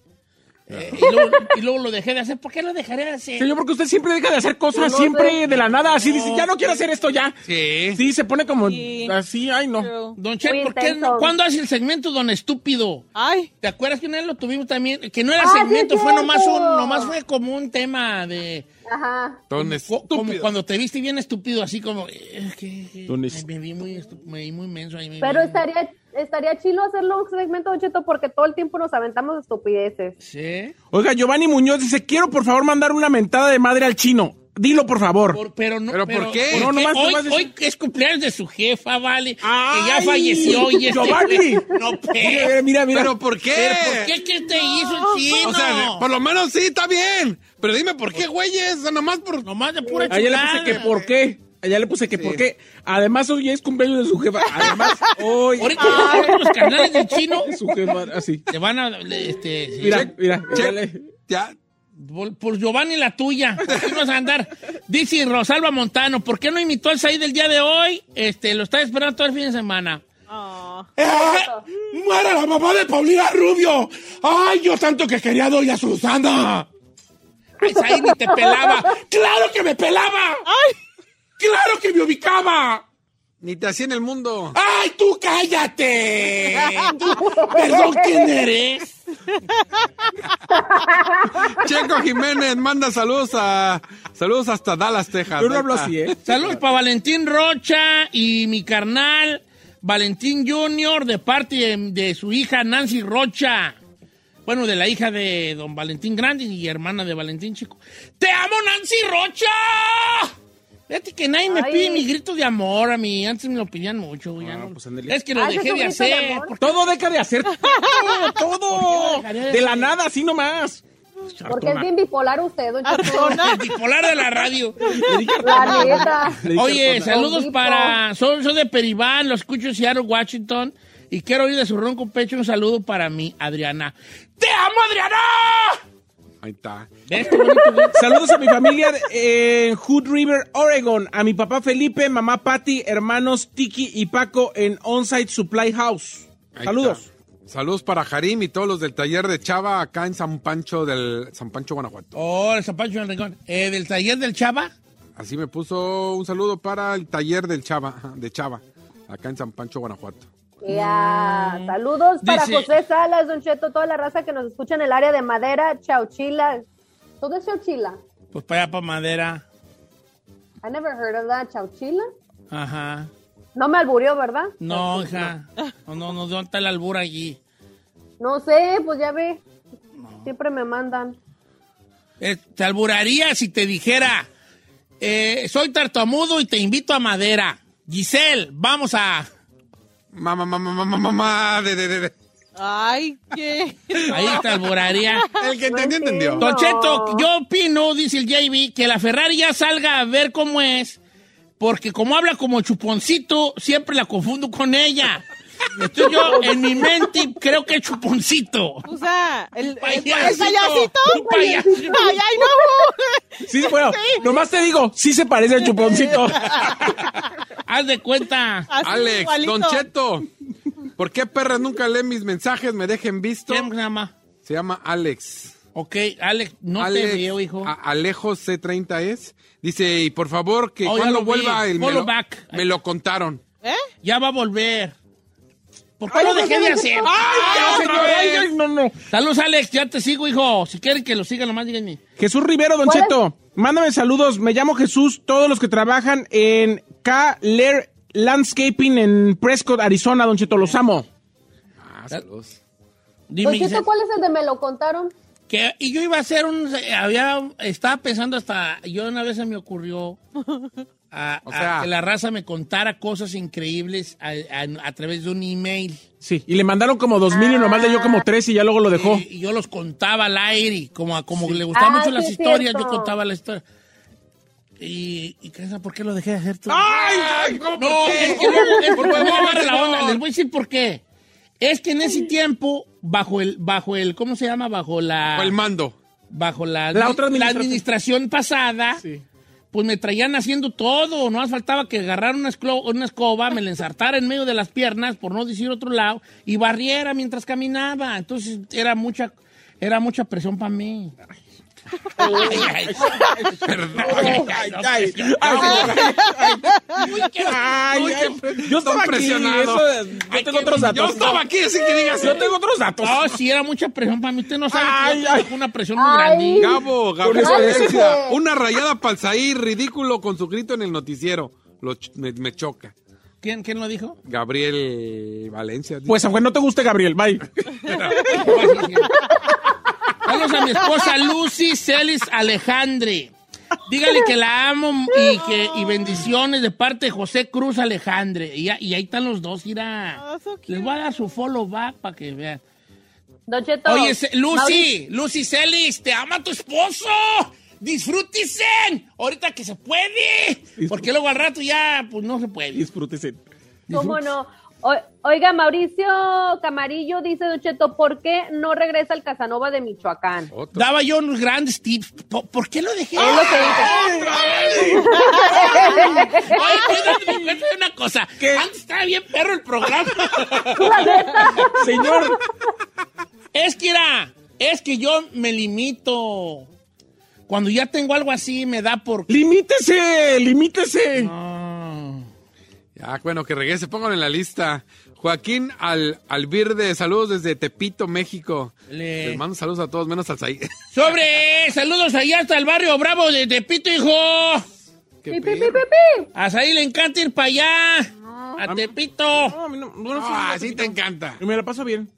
Speaker 1: Eh, y, luego, y luego lo dejé de hacer. ¿Por qué lo dejaré de hacer?
Speaker 5: Señor, porque usted siempre deja de hacer cosas,
Speaker 2: No,
Speaker 5: siempre
Speaker 2: pero-
Speaker 5: de la nada, así dice, ya no quiero hacer esto ya.
Speaker 1: Sí.
Speaker 5: Sí, se pone como
Speaker 3: Sí.
Speaker 5: así, ay no.
Speaker 3: True.
Speaker 1: Don Che,
Speaker 2: Muy
Speaker 1: ¿por qué
Speaker 2: intenso.
Speaker 1: no? ¿Cuándo hace el segmento, don estúpido?
Speaker 3: Ay,
Speaker 1: ¿Te acuerdas que una vez lo tuvimos también? Que no era
Speaker 2: Ah, sí,
Speaker 1: segmento,
Speaker 2: es
Speaker 1: fue nomás un,
Speaker 2: cierto.
Speaker 1: nomás fue como un tema de
Speaker 2: Ajá.
Speaker 4: Don
Speaker 1: co- como
Speaker 4: estúpido.
Speaker 1: cuando te viste bien estúpido, así como eh, que- que-
Speaker 5: Don
Speaker 1: me,
Speaker 5: es-
Speaker 1: me vi muy estu- me vi muy menso ahí. me
Speaker 2: Pero
Speaker 1: vi-
Speaker 2: estaría, estaría chilo hacerlo un segmento, Don Cheto, porque todo el tiempo nos aventamos estupideces.
Speaker 1: Sí.
Speaker 5: Oiga, Giovanni Muñoz dice, quiero por favor mandar una mentada de madre al chino. Dilo, por favor.
Speaker 1: Por- pero no,
Speaker 4: ¿Pero por qué?
Speaker 1: porque
Speaker 5: No, nomás-
Speaker 1: hoy,
Speaker 5: nomás es-
Speaker 1: hoy es cumpleaños de su jefa, vale. que ya
Speaker 5: Ay,
Speaker 1: falleció y este
Speaker 5: Giovanni.
Speaker 1: No, pues.
Speaker 5: Mira,
Speaker 1: pero,
Speaker 5: mira, mira.
Speaker 4: ¿Pero por qué?
Speaker 1: pero ¿por qué que te hizo el
Speaker 5: pues,
Speaker 1: chino?
Speaker 4: O sea, por lo menos sí, está bien. Pero dime por qué, güeyes. O sea, nomás por.
Speaker 1: nomás de pura
Speaker 5: Ayer le
Speaker 1: chulada.
Speaker 5: puse que por qué. Allá le puse que por qué. Además, hoy es cumpleaños de
Speaker 2: [LAUGHS]
Speaker 5: su jefa. Además, hoy.
Speaker 1: Ahorita
Speaker 5: [LAUGHS]
Speaker 1: los canales del chino
Speaker 5: Su jefa, así.
Speaker 1: te van a le- este sí.
Speaker 5: Mira, mira.
Speaker 4: Che,
Speaker 5: dale.
Speaker 4: ya.
Speaker 1: Por, por pues, Giovanni la tuya. Aquí vas a andar. Dice Rosalba Montano, ¿por qué no imitó al Said del día de hoy? Este, lo está esperando todo el fin de semana.
Speaker 4: ¡Muera la mamá de Paulina Rubio! ¡Ay, yo tanto que quería doy a Susana!
Speaker 1: Ay, Said ni te pelaba.
Speaker 4: ¡Claro que me pelaba! ¡Ay! ¡Claro que me ubicaba! Ni te hacía en el mundo. ¡Ay, tú cállate!
Speaker 1: Perdón, ¿quién eres?
Speaker 4: Checo Jiménez manda saludos a. Saludos hasta Dallas, Texas.
Speaker 5: Yo no hablo así, ¿eh?
Speaker 1: Saludos para Valentín Rocha y mi carnal Valentín Junior de parte de, de su hija Nancy Rocha. Bueno, de la hija de don Valentín Grande y hermana de Valentín Chico. ¡Te amo, Nancy Rocha! Fíjate que nadie me
Speaker 2: Ay.
Speaker 1: pide mi grito de amor a mí. Antes me lo pedían mucho. ya no.
Speaker 5: pues, ándale.
Speaker 1: es que lo
Speaker 2: ¿Haces
Speaker 1: dejé
Speaker 2: Ah, un
Speaker 1: de
Speaker 2: grito de
Speaker 1: hacer.
Speaker 2: amor?
Speaker 1: porque
Speaker 5: Todo deja de
Speaker 1: [LAUGHS]
Speaker 5: hacer. Todo, todo.
Speaker 1: ¿Por qué dejaría de
Speaker 5: De la
Speaker 1: hacer?
Speaker 5: nada, así nomás.
Speaker 2: Porque es
Speaker 1: [LAUGHS]
Speaker 2: bien bipolar usted, Don
Speaker 1: Ah,
Speaker 2: Cheto.
Speaker 1: El [LAUGHS] bipolar de la radio.
Speaker 2: La neta.
Speaker 5: Le dije
Speaker 1: Oye,
Speaker 5: al
Speaker 1: saludos
Speaker 2: Don
Speaker 1: para. Soy, soy de Peribán, lo escucho en Seattle, Washington. Y quiero oír de su ronco pecho un saludo para mí, Adriana. ¡Te amo, Adriana!
Speaker 4: Ahí está.
Speaker 1: ¿Ves qué bonito, güey?
Speaker 5: Saludos a mi familia eh, en Hood River, Oregon. A mi papá Felipe, mamá Patty, hermanos Tiki y Paco en Onsite Supply House.
Speaker 4: Ahí
Speaker 5: Saludos.
Speaker 4: está. Saludos para Jarim y todos los del taller de Chava acá en San Pancho del San Pancho, Guanajuato.
Speaker 1: Oh, el zapacho del rincón. Eh, del taller del Chava.
Speaker 4: Así me puso un saludo para el taller del Chava, ajá, de Chava, acá en San Pancho, Guanajuato.
Speaker 2: Ya,
Speaker 5: Mm.
Speaker 2: saludos para
Speaker 1: Dice-
Speaker 2: José Salas, Don Cheto, toda la raza que nos escucha en el área de Madera, Chauchila. ¿Todo es Chauchila?
Speaker 1: Pues para allá, para madera.
Speaker 2: I never heard of that, Chauchila.
Speaker 1: Ajá.
Speaker 2: No me alburió, ¿verdad?
Speaker 1: No, hija. No, no, no. ¿Dónde está el albur allí?
Speaker 2: No sé, pues ya ve. Siempre me mandan.
Speaker 1: Eh, te alburaría si te dijera, eh, soy tartamudo y te invito a madera. Giselle, vamos a...
Speaker 4: Mamá, mamá, mamá, mamá, de, de, de, de.
Speaker 3: ay, qué.
Speaker 1: Ahí te alburaría.
Speaker 4: El que entendió,
Speaker 2: entiendo.
Speaker 4: entendió.
Speaker 1: Don
Speaker 2: No.
Speaker 1: Cheto, yo opino, dice el JB, que la Ferrari ya salga a ver cómo es, porque como habla como chuponcito, siempre la confundo con ella. Entonces yo en mi mente creo que es chuponcito.
Speaker 3: O sea, el, el- el
Speaker 1: Payasito.
Speaker 3: payasito.
Speaker 1: Un payasito.
Speaker 3: Ay, ay, no.
Speaker 5: Sí,
Speaker 2: [LAUGHS]
Speaker 5: bueno, nomás te digo, sí se parece al chuponcito.
Speaker 1: Haz de cuenta.
Speaker 3: [LAUGHS] Así,
Speaker 4: Alex,
Speaker 3: igualito. [LAUGHS]
Speaker 4: Don Cheto, ¿Por qué perras nunca leen mis mensajes? Me dejen visto.
Speaker 1: ¿Qué se llama?
Speaker 4: Se llama Alex.
Speaker 1: Ok, Alex, no
Speaker 4: Alex-
Speaker 1: te veo, hijo.
Speaker 4: A- Alejo C30 es. Dice, y por favor, que
Speaker 1: Oh, ya
Speaker 4: cuando
Speaker 1: lo vi.
Speaker 4: vuelva el me
Speaker 1: Follow
Speaker 4: lo,
Speaker 1: back.
Speaker 4: me lo contaron.
Speaker 3: ¿Eh?
Speaker 1: Ya va a volver. ¿Por qué lo dejé de hacer?
Speaker 5: ¡Ay,
Speaker 1: ¡Ay,
Speaker 5: ya,
Speaker 1: otra
Speaker 5: señor! ¡Ay,
Speaker 1: vez!
Speaker 5: ay, no, no!
Speaker 1: Saludos, Alex, ya te sigo, hijo. Si quieren que lo siga, nomás díganme.
Speaker 5: Jesús Rivero, Don
Speaker 2: ¿Cuál es?
Speaker 5: Cheto. Mándame saludos. Me llamo Jesús. Todos los que trabajan en K. Lair Landscaping en Prescott, Arizona, Don Cheto. Los amo.
Speaker 4: Ah, saludos.
Speaker 1: Dime,
Speaker 2: Don
Speaker 1: Giselle,
Speaker 2: Cheto, ¿cuál es el de me lo
Speaker 5: [LAUGHS]
Speaker 2: contaron?
Speaker 1: que- y yo iba a hacer un... Había, estaba pensando hasta... Yo una vez se me ocurrió a,
Speaker 4: O
Speaker 1: a
Speaker 4: sea-
Speaker 1: que la raza me contara cosas increíbles a, a- a través de un email.
Speaker 5: Sí. Y le mandaron como dos mil y nomás leyó como tres y ya luego lo dejó.
Speaker 1: Y, y yo los contaba al aire, y como, a- como le gustaban
Speaker 2: Ah,
Speaker 1: mucho
Speaker 2: sí
Speaker 1: las
Speaker 2: es
Speaker 1: historias,
Speaker 2: cierto.
Speaker 1: yo contaba la historia. Y, y ¿qué es? ¿por qué lo dejé de hacer tú?
Speaker 4: ¡Ay! ¿Cómo por
Speaker 1: No,
Speaker 4: qué?
Speaker 1: es que luego- es que
Speaker 4: ¿Por
Speaker 1: luego
Speaker 4: [LAUGHS] qué,
Speaker 1: agarra la
Speaker 4: señor?
Speaker 1: onda. Les voy a decir por qué. Es que en ese tiempo, bajo el, bajo el, ¿cómo se llama? Bajo la.
Speaker 4: El mando.
Speaker 1: bajo la,
Speaker 5: La otra administración.
Speaker 1: administración pasada, pues me traían haciendo todo. No más faltaba que agarrar una, esclo- una escoba, me la ensartara en medio de las piernas, por no decir otro lado, y barriera mientras caminaba. Entonces era mucha, era mucha presión para mí. Ay, ay, ay, perdón. Ay, ay, no,
Speaker 5: Ay,
Speaker 1: presión.
Speaker 5: ay,
Speaker 1: Uy, qué-
Speaker 5: ay,
Speaker 1: uy, qué-
Speaker 5: ay. Yo estaba aquí.
Speaker 4: presionado.
Speaker 5: eso-
Speaker 1: Ay,
Speaker 5: yo tengo
Speaker 1: qué-
Speaker 5: otros datos.
Speaker 4: Yo estaba aquí, así que digas.
Speaker 5: Yo tengo otros datos.
Speaker 1: No, sí, era mucha presión para mí. Usted no sabe que
Speaker 5: Ay,
Speaker 1: yo tengo
Speaker 5: ay.
Speaker 1: una presión muy
Speaker 2: Ay.
Speaker 1: grande.
Speaker 4: Gabo, Gabo,
Speaker 5: Con
Speaker 4: Gabo,
Speaker 2: eso-
Speaker 4: Valencia, una rayada para salir ridículo con su grito en el noticiero. Lo ch- me, me choca.
Speaker 1: ¿Quién, ¿Quién lo dijo?
Speaker 4: Gabriel Valencia. dice.
Speaker 5: Pues aunque no te guste, Gabriel. Bye.
Speaker 1: Saludos a mi esposa Lucy Celis Alejandre. Dígale que la amo y que y bendiciones de parte de José Cruz Alejandre. Y, a- y ahí están los dos, mira.
Speaker 3: Ah, so cute.
Speaker 1: Les voy a dar su follow back para que vean.
Speaker 2: Don Cheto.
Speaker 1: Oye, Ce-
Speaker 2: Mauricio,
Speaker 1: Lucy, Lucy Celis, te ama tu esposo. Disfrútense ahorita que se puede. Porque luego al rato ya, pues no se puede.
Speaker 5: Disfrútese.
Speaker 2: ¿Cómo no? O- Oiga, Mauricio Camarillo dice, Don Cheto, ¿por qué no regresa al Casanova de Michoacán?
Speaker 4: Otro.
Speaker 1: Daba yo unos grandes tips. ¿Por, por qué lo dejé? Ah,
Speaker 2: Es lo que dice.
Speaker 1: Oye, cuéntame, cuéntame una cosa.
Speaker 5: ¿Qué?
Speaker 1: Antes estaba bien perro el programa.
Speaker 5: Señor.
Speaker 1: es que era, es que yo me limito. Cuando ya tengo algo así, me da por.
Speaker 5: Limítese. Limítese.
Speaker 4: Ya, Ah, bueno, que regrese, pónganlo en la lista. Joaquín Al Alvirde, saludos desde Tepito, México.
Speaker 1: Le-
Speaker 4: Les mando saludos a todos, menos al Saí.
Speaker 1: Sobre, saludos allá hasta el barrio Bravo de Tepito, hijo.
Speaker 4: Qué
Speaker 2: Pi, pi,
Speaker 4: perro.
Speaker 2: pi, pi, pi.
Speaker 1: A Saí le encanta ir para allá. A Tepito.
Speaker 5: No, a mí no- bueno, sí,
Speaker 4: Ah,
Speaker 5: no,
Speaker 4: sí
Speaker 5: no.
Speaker 4: te encanta.
Speaker 5: Y me la paso bien.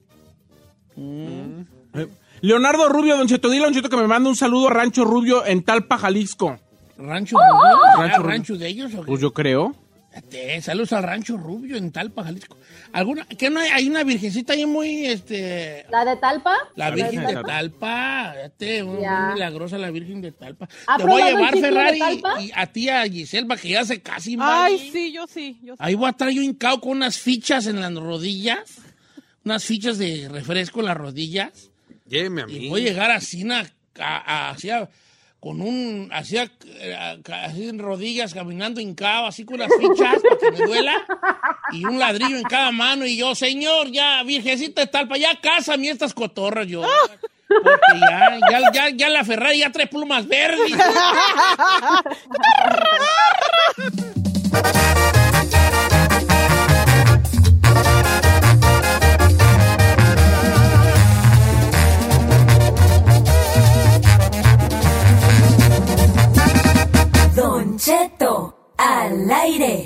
Speaker 1: Mm.
Speaker 5: Eh, Leonardo Rubio, Don Cheto, dile a Don Cheto que me manda un saludo a Rancho Rubio en Talpa, Jalisco.
Speaker 1: Rancho Rubio. ¿Era
Speaker 5: Rancho
Speaker 1: Oh, Rancho,
Speaker 5: Rubio.
Speaker 1: de ellos. o qué?
Speaker 5: Pues [LAUGHS] yo creo.
Speaker 1: Fíjate, saludos al Rancho Rubio en Talpa, Jalisco. ¿Alguna, que no hay, hay una virgencita ahí muy, este,
Speaker 2: ¿La de Talpa?
Speaker 1: La
Speaker 5: La
Speaker 1: Virgen de
Speaker 5: Virgen de
Speaker 1: Talpa, fíjate, muy
Speaker 2: Ya.
Speaker 1: milagrosa la Virgen de Talpa.
Speaker 2: ¿Ha
Speaker 1: Te voy a
Speaker 2: probado el
Speaker 1: llevar,
Speaker 2: chicle de
Speaker 1: Ferrari,
Speaker 2: Talpa?
Speaker 1: y a ti, a Giselle, para que ya se casi
Speaker 3: Ay,
Speaker 1: madre.
Speaker 3: sí, yo sí. Yo sí.
Speaker 1: Ahí voy a estar yo hincado con unas fichas en las rodillas, unas fichas de refresco en las rodillas,
Speaker 4: Lléveme a
Speaker 1: y
Speaker 4: mí.
Speaker 1: voy a llegar así, na- a- a- así a- con un, así, a- a- ca- así en rodillas, caminando hincado, así con las fichas, para que me duela, y un ladrillo en cada mano, y yo, señor, ya, Virgencita de Talpa, ya cásame estas cotorras, yo. Porque ya, ya, ya, ya la Ferrari ya trae plumas
Speaker 6: [LAUGHS]
Speaker 1: verdes.
Speaker 6: Don Cheto, al aire.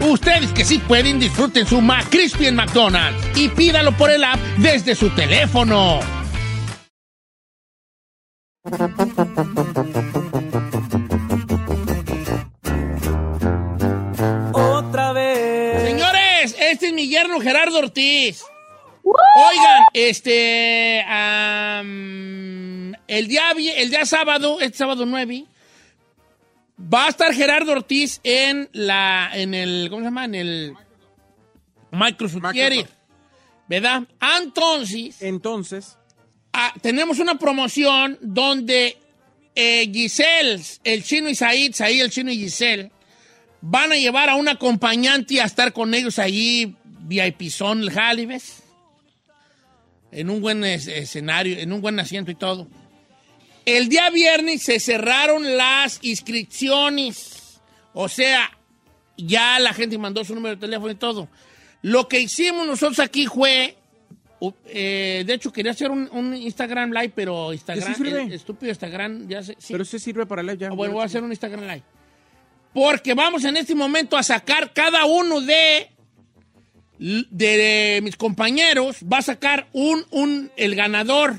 Speaker 1: Ustedes que sí pueden, disfruten su McCrispy en McDonald's y pídalo por el app desde su teléfono.
Speaker 7: Otra vez.
Speaker 1: Señores, este es mi yerno Gerardo Ortiz. Oigan, este. am, el, día, vi- el día sábado, este sábado 9, va a estar Gerardo Ortiz en la. En el, ¿Cómo se llama? En el. Microsoft. Theater, ¿Verdad? Entonces.
Speaker 5: Entonces,
Speaker 1: Ah, tenemos una promoción donde eh, Giselle, el chino y Said, Said, el chino y Giselle, van a llevar a un acompañante a estar con ellos allí, VIP son el Jalives, en un buen es- escenario, en un buen asiento y todo. El día viernes se cerraron las inscripciones, o sea, ya la gente mandó su número de teléfono y todo. Lo que hicimos nosotros aquí fue Uh, eh, de hecho, quería hacer un, un Instagram Live, pero Instagram,
Speaker 5: sí sirve?
Speaker 1: el estúpido Instagram, ya sé. sí.
Speaker 5: pero eso sirve para live ya.
Speaker 1: Ah, bueno, voy a hacer un Instagram Live. Porque vamos en este momento a sacar cada uno de, de, mis compañeros, va a sacar un, un, el ganador.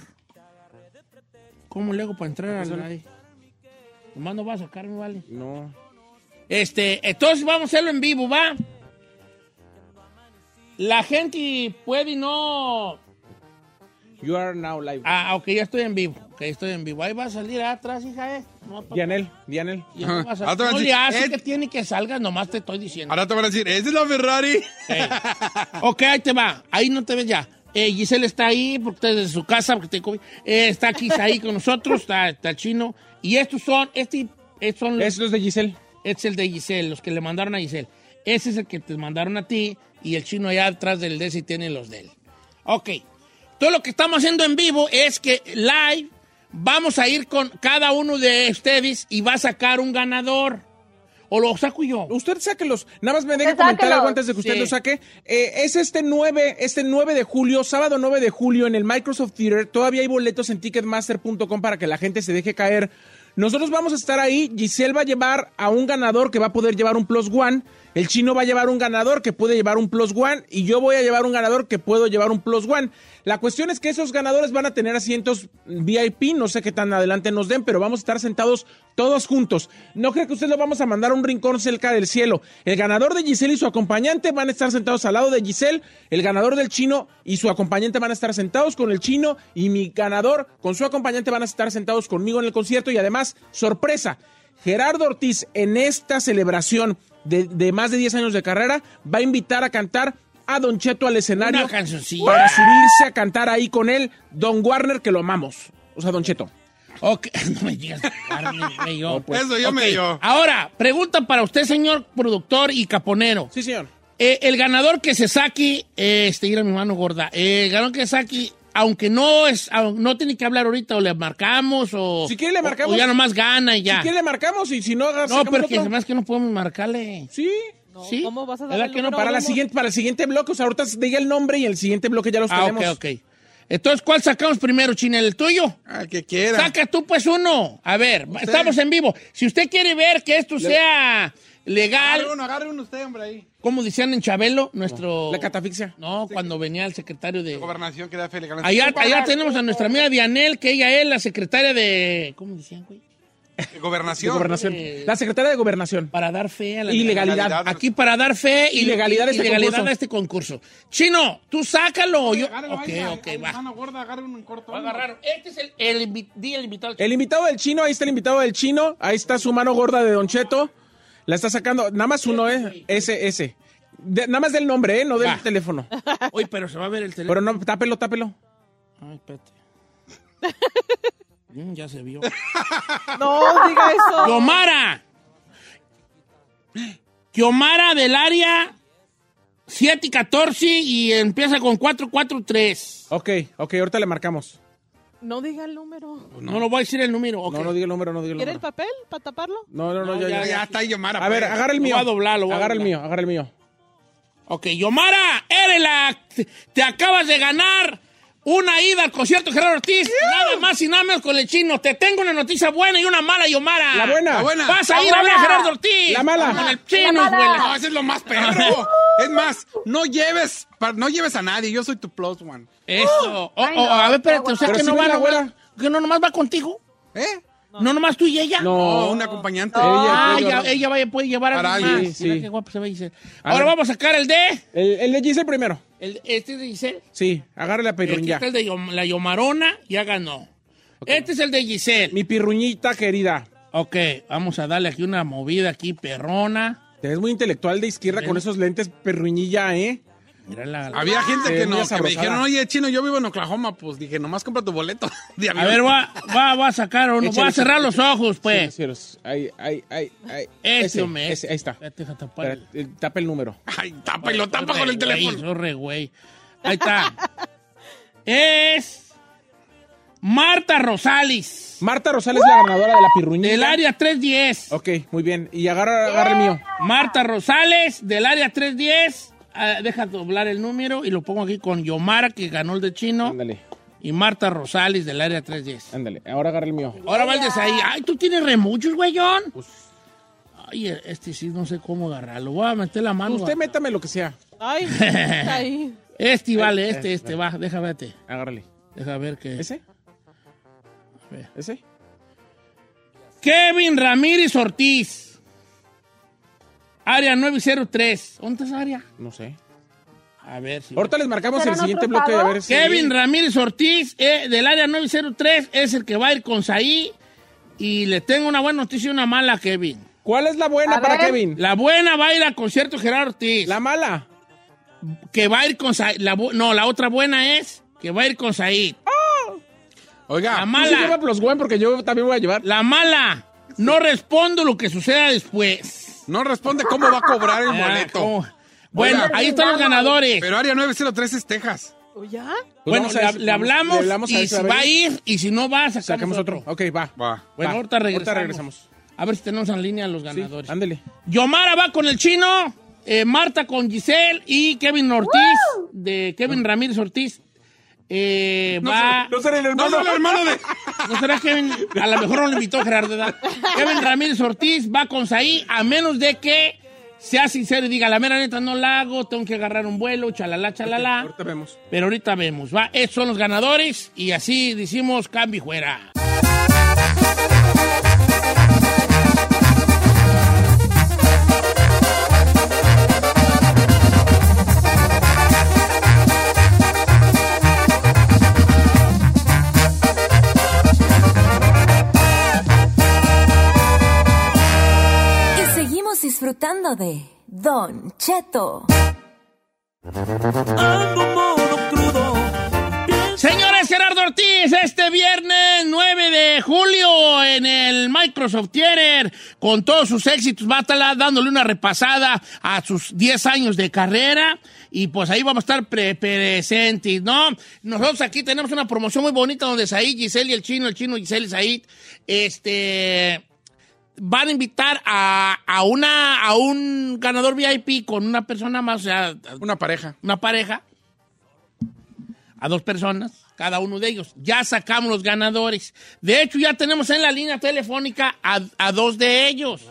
Speaker 1: ¿Cómo le hago para entrar al live? Nomás no va a sacar, no vale.
Speaker 5: No.
Speaker 1: Este, entonces vamos a hacerlo en vivo, ¿va? La gente puede y no...
Speaker 5: You are now live.
Speaker 1: Ah, ok, ya estoy en vivo. Ok, estoy en vivo. Ahí va a salir atrás, hija, ¿eh? No, papá.
Speaker 5: Dianel, Dianel.
Speaker 1: Y no vas a-
Speaker 4: Ahora te van a
Speaker 1: no le
Speaker 4: decir,
Speaker 1: hace
Speaker 4: "Eh".
Speaker 1: que tiene que salgas, nomás te estoy diciendo.
Speaker 4: Ahora te van a decir, ¿esa es la Ferrari?
Speaker 1: Ey. Ok, ahí te va. Ahí no te ves ya. Eh, Giselle está ahí porque está desde su casa, porque te COVID. Eh, está aquí, está ahí con nosotros, está, está el chino. Y estos son, este, estos son los-
Speaker 5: Es los de Giselle.
Speaker 1: este es el de Giselle, los que le mandaron a Giselle. Ese es el que te mandaron a ti y el chino allá atrás del de ese tiene los de él. Ok. Todo lo que estamos haciendo en vivo es que live vamos a ir con cada uno de ustedes y va a sacar un ganador. O lo saco yo.
Speaker 5: Usted sáquelos. Nada más me deje
Speaker 2: Que
Speaker 1: Pues
Speaker 5: comentar
Speaker 2: sáquelos.
Speaker 5: algo antes de que usted
Speaker 1: Sí.
Speaker 5: lo saque. Eh, es este 9, este 9 de julio, sábado 9 de julio en el Microsoft Theater. Todavía hay boletos en ticketmaster.com para que la gente se deje caer. Nosotros vamos a estar ahí. Giselle va a llevar a un ganador que va a poder llevar un plus one. El chino va a llevar un ganador que puede llevar un plus one. Y yo voy a llevar un ganador que puedo llevar un plus one. La cuestión es que esos ganadores van a tener asientos VIP. No sé qué tan adelante nos den, pero vamos a estar sentados todos juntos. No creo que usted lo vamos a mandar a un rincón cerca del cielo. El ganador de Giselle y su acompañante van a estar sentados al lado de Giselle. El ganador del chino y su acompañante van a estar sentados con el chino. Y mi ganador con su acompañante van a estar sentados conmigo en el concierto. Y además, sorpresa, Gerardo Ortiz en esta celebración de, de más de 10 años de carrera va a invitar a cantar a Don Cheto al escenario
Speaker 1: Una cancioncilla.
Speaker 5: para subirse a cantar ahí con él. Don Warner, que lo amamos. O sea, Don Cheto.
Speaker 1: Ok, no me digas. Carmen, güey, yo, pues.
Speaker 4: Eso yo me
Speaker 1: Ok,
Speaker 4: yo.
Speaker 1: Ahora, pregunta para usted, señor productor y caponero.
Speaker 5: Sí, señor.
Speaker 1: Eh, el ganador que se saque, eh, este, ir a mi mano gorda, Eh, el ganador que se saque, aunque no es, au- no tiene que hablar ahorita, o le marcamos, o...
Speaker 5: Si quiere le
Speaker 1: o-
Speaker 5: marcamos.
Speaker 1: O, ya nomás gana y ya.
Speaker 5: Si quiere le marcamos y si no,
Speaker 1: no,
Speaker 5: sacamos
Speaker 1: pero que
Speaker 5: otro.
Speaker 1: además que no podemos marcarle.
Speaker 5: Sí.
Speaker 3: No,
Speaker 1: ¿Sí?
Speaker 3: ¿Cómo vas a
Speaker 1: ¿Verdad
Speaker 3: dar el
Speaker 1: que no?
Speaker 3: número
Speaker 5: Para, la
Speaker 3: uno?
Speaker 5: siguiente, para el siguiente bloque, o sea, ahorita diga el nombre y el siguiente bloque ya los
Speaker 1: Ah, ok,
Speaker 5: tenemos.
Speaker 1: ok. Entonces, ¿cuál sacamos primero, Chinel? ¿El tuyo?
Speaker 4: Ah, que quiera.
Speaker 1: Saca tú pues uno. A ver, estamos en vivo. Si usted quiere ver que esto sea legal,
Speaker 4: Agarre uno, agarre uno usted, hombre, ahí.
Speaker 1: como decían en Chabelo, nuestro...
Speaker 5: La catafixia.
Speaker 1: No, cuando venía el secretario de...
Speaker 4: Gobernación que da fe, le ganan-
Speaker 1: Allá, allá tenemos a nuestra amiga Dianel, que ella es la secretaria de... ¿Cómo decían, güey?
Speaker 4: De gobernación.
Speaker 5: De gobernación. La secretaria de gobernación.
Speaker 1: Para dar fe a la
Speaker 5: Ilegalidad.
Speaker 1: Aquí para dar fe y
Speaker 5: Ilegalidad de este
Speaker 1: ilegalidad
Speaker 5: concurso.
Speaker 1: a este concurso. Chino, tú sácalo. Yo...
Speaker 4: Agárralo,
Speaker 1: Ok,
Speaker 4: ahí, ahí,
Speaker 1: ok,
Speaker 4: ahí,
Speaker 1: va.
Speaker 4: mano gorda, agarren un corto.
Speaker 1: Voy a agarrar. Este es el, el, invi- di el invitado.
Speaker 5: El invitado del chino, ahí está el invitado del chino, ahí está su mano gorda de Don Cheto. La está sacando, nada más uno, ¿eh? Ese, ese. De- nada más del nombre, ¿eh? No del
Speaker 1: Va.
Speaker 5: teléfono.
Speaker 1: Uy, pero se va a ver el
Speaker 5: Pero
Speaker 1: teléfono.
Speaker 5: no, tápelo, tápelo.
Speaker 1: Ay,
Speaker 5: [LAUGHS]
Speaker 1: espérate. Mm, ya se vio.
Speaker 3: No diga eso.
Speaker 1: Yomara. Yomara del área 7 y 14 y empieza con 443.
Speaker 5: Ok, ok, ahorita le marcamos.
Speaker 3: No diga el número.
Speaker 1: No. lo voy a decir el número. ok.
Speaker 5: No, no diga el número, no diga el
Speaker 3: ¿Quiere el
Speaker 5: número.
Speaker 3: papel para taparlo?
Speaker 5: No, no, no,
Speaker 1: No,
Speaker 5: ya,
Speaker 1: ya,
Speaker 5: ya.
Speaker 4: Ya está ahí Yomara.
Speaker 5: A ver,
Speaker 4: pues.
Speaker 5: agarra el mío.
Speaker 1: voy a doblar, lo voy a
Speaker 5: Agarra el
Speaker 1: doblar.
Speaker 5: mío, agarra el mío.
Speaker 1: Ok, Yomara, eres la. Te, te acabas de ganar una ida al concierto de Gerardo Ortiz. Nada más y nada menos con el chino. Te tengo una noticia buena y una mala, Yomara.
Speaker 5: La buena.
Speaker 4: La buena.
Speaker 1: Vas a
Speaker 2: La
Speaker 1: ir a ver a
Speaker 2: buena.
Speaker 1: Gerardo Ortiz.
Speaker 5: La mala.
Speaker 1: Con el chino,
Speaker 2: La mala.
Speaker 1: abuela.
Speaker 4: No, ese es lo más perro. es más, no lleves, pa- no lleves a nadie. Yo soy tu plus one.
Speaker 1: Eso. O- o- a ver, espérate, o sea,
Speaker 5: ¡Uh! Pero
Speaker 1: que
Speaker 5: sí
Speaker 1: no
Speaker 5: ve
Speaker 1: va
Speaker 5: la
Speaker 1: la
Speaker 5: abuela.
Speaker 1: abuela. Que no nomás va contigo.
Speaker 4: ¿Eh?
Speaker 1: No, nomás tú y ella.
Speaker 4: Oh,
Speaker 5: No.
Speaker 4: un acompañante.
Speaker 1: Ah,
Speaker 5: Ella,
Speaker 1: ella,
Speaker 5: ella.
Speaker 1: ella vaya, puede llevar a
Speaker 4: Para
Speaker 1: alguien
Speaker 4: alguien,
Speaker 1: más.
Speaker 5: sí.
Speaker 1: Mira qué guapo se ve Giselle.
Speaker 5: A
Speaker 1: Ahora
Speaker 5: ver.
Speaker 1: vamos a sacar el de.
Speaker 5: El, el de Giselle primero.
Speaker 1: El, este es de Giselle.
Speaker 5: Sí, agárrale a
Speaker 1: Este
Speaker 5: Pirruña.
Speaker 1: es el de Yom- la Yomarona, ya ganó. Este es el de Giselle.
Speaker 5: Mi pirruñita querida.
Speaker 1: Ok, vamos a darle aquí una movida aquí, perrona.
Speaker 5: Te ves muy intelectual de izquierda con esos lentes, perruñilla, ¿eh?
Speaker 1: Mira la-
Speaker 4: Había gente
Speaker 5: Eh,
Speaker 4: que,
Speaker 5: muy
Speaker 4: no, que me
Speaker 5: sabrosada.
Speaker 4: dijeron, oye, chino, yo vivo en Oklahoma. Pues dije, nomás compra tu boleto. [LAUGHS] de
Speaker 1: A
Speaker 4: avión.
Speaker 1: ver, va, va, va a sacar uno.
Speaker 5: Échale,
Speaker 1: Va a cerrar
Speaker 5: échale,
Speaker 1: los ojos,
Speaker 5: Sí,
Speaker 1: pues.
Speaker 5: sí, los- Ay, ay, ay, ay.
Speaker 1: Ese,
Speaker 5: Ese,
Speaker 1: hombre.
Speaker 5: ese, ahí está.
Speaker 1: Espérate, deja tapar el-
Speaker 5: Espera, eh, Tapa el número.
Speaker 4: Ay, tapa y lo tapa con el
Speaker 1: Güey,
Speaker 4: teléfono.
Speaker 1: sorre, güey. Ahí está. es Marta Rosales,
Speaker 5: Marta Rosales es la ganadora de la pirruñita.
Speaker 1: del área 310.
Speaker 5: Ok, muy bien. Y agarra, agarra el mío.
Speaker 1: Marta Rosales, del área 310. Ah, deja doblar el número y lo pongo aquí con Yomara, que ganó el de chino.
Speaker 5: Ándale,
Speaker 1: Y Marta Rosales, del área 310.
Speaker 5: ándale. Ahora agarra el mío.
Speaker 1: Ahora Valdés ahí. Ay, tú tienes remuchos, güeyón.
Speaker 5: Pues.
Speaker 1: Ay, este sí, no sé cómo agarrarlo. Voy a meter la mano.
Speaker 5: Usted métame lo que sea.
Speaker 3: Ay,
Speaker 1: [LAUGHS]
Speaker 3: está ahí.
Speaker 1: Este, vale, este, este, va. Deja verte.
Speaker 5: Eh, Agárrale.
Speaker 1: Deja ver qué.
Speaker 5: ¿Ese?
Speaker 1: ver.
Speaker 5: ¿Ese?
Speaker 1: Kevin Ramírez Ortiz. Área 903. ¿Dónde está esa área?
Speaker 5: No sé.
Speaker 1: A ver si.
Speaker 5: Ahorita les marcamos
Speaker 2: ¿Será
Speaker 5: el
Speaker 2: en
Speaker 5: siguiente
Speaker 2: otro
Speaker 5: bloque de
Speaker 2: lado?
Speaker 5: ver si...
Speaker 1: Kevin Ramírez Ortiz, eh, del área 903, es el que va a ir con Saí. Y le tengo una buena noticia y una mala, Kevin.
Speaker 5: ¿Cuál es la buena
Speaker 2: A
Speaker 5: para
Speaker 2: ver.
Speaker 5: Kevin?
Speaker 1: La buena va a ir al concierto Gerardo Ortiz.
Speaker 5: La mala.
Speaker 1: Que va a ir con Saí. La bu- no, la otra buena es que va a ir con Saí. La
Speaker 4: Oiga,
Speaker 5: Tú sí lleva
Speaker 1: mala.
Speaker 5: los buen porque yo también voy a llevar.
Speaker 1: La mala. No respondo lo que suceda después.
Speaker 4: no responde cómo va a cobrar el
Speaker 1: Ah,
Speaker 4: boleto.
Speaker 1: ¿cómo? Bueno,
Speaker 4: Oiga.
Speaker 1: ahí están los ganadores.
Speaker 4: Pero área 903 es Texas.
Speaker 3: ¿O ¿Oh, ya?
Speaker 5: Pues
Speaker 1: bueno,
Speaker 5: vamos a
Speaker 1: le,
Speaker 5: ver-
Speaker 1: le hablamos,
Speaker 5: le hablamos a
Speaker 1: y
Speaker 5: ver
Speaker 1: si
Speaker 5: a ver.
Speaker 1: va a ir y si no va, sacamos,
Speaker 5: Sacamos
Speaker 1: otro.
Speaker 5: otro. Ok, va.
Speaker 4: Va.
Speaker 1: Bueno,
Speaker 5: Va.
Speaker 1: ahorita regresamos.
Speaker 5: regresamos.
Speaker 1: A ver si tenemos en línea a los
Speaker 5: Sí,
Speaker 1: ganadores.
Speaker 5: ándele.
Speaker 1: Yomara va con el chino, eh, Marta con Giselle y Kevin Ortiz, de Kevin Ramírez Ortiz. eh, va,
Speaker 5: No será el
Speaker 4: No,
Speaker 5: hermano.
Speaker 4: no, el hermano de...
Speaker 1: [LAUGHS] ¿No será Kevin? A lo mejor no lo invitó Gerardo, ¿verdad? Kevin Ramírez Ortiz va con Saí, a menos de que sea sincero y diga, la mera neta no la hago, tengo que agarrar un vuelo, chalala, chalala.
Speaker 5: Ahorita vemos.
Speaker 1: Pero ahorita vemos, va. Esos son los ganadores y así decimos cambio y fuera.
Speaker 8: Y seguimos disfrutando de Don Cheto.
Speaker 1: Señores, Gerardo Ortiz, este viernes 9 de julio en el Microsoft Theater, con todos sus éxitos, va a estar dándole una repasada a sus 10 años de carrera y pues ahí vamos a estar pre- presentes, ¿no? Nosotros aquí tenemos una promoción muy bonita donde Said, Giselle y el chino, el chino, Giselle y Said, este van a invitar a, a una, a un ganador VIP con una persona más, o sea,
Speaker 4: Una pareja.
Speaker 1: una pareja, a dos personas, cada uno de ellos. Ya sacamos los ganadores. De hecho, ya tenemos en la línea telefónica a, a dos de ellos.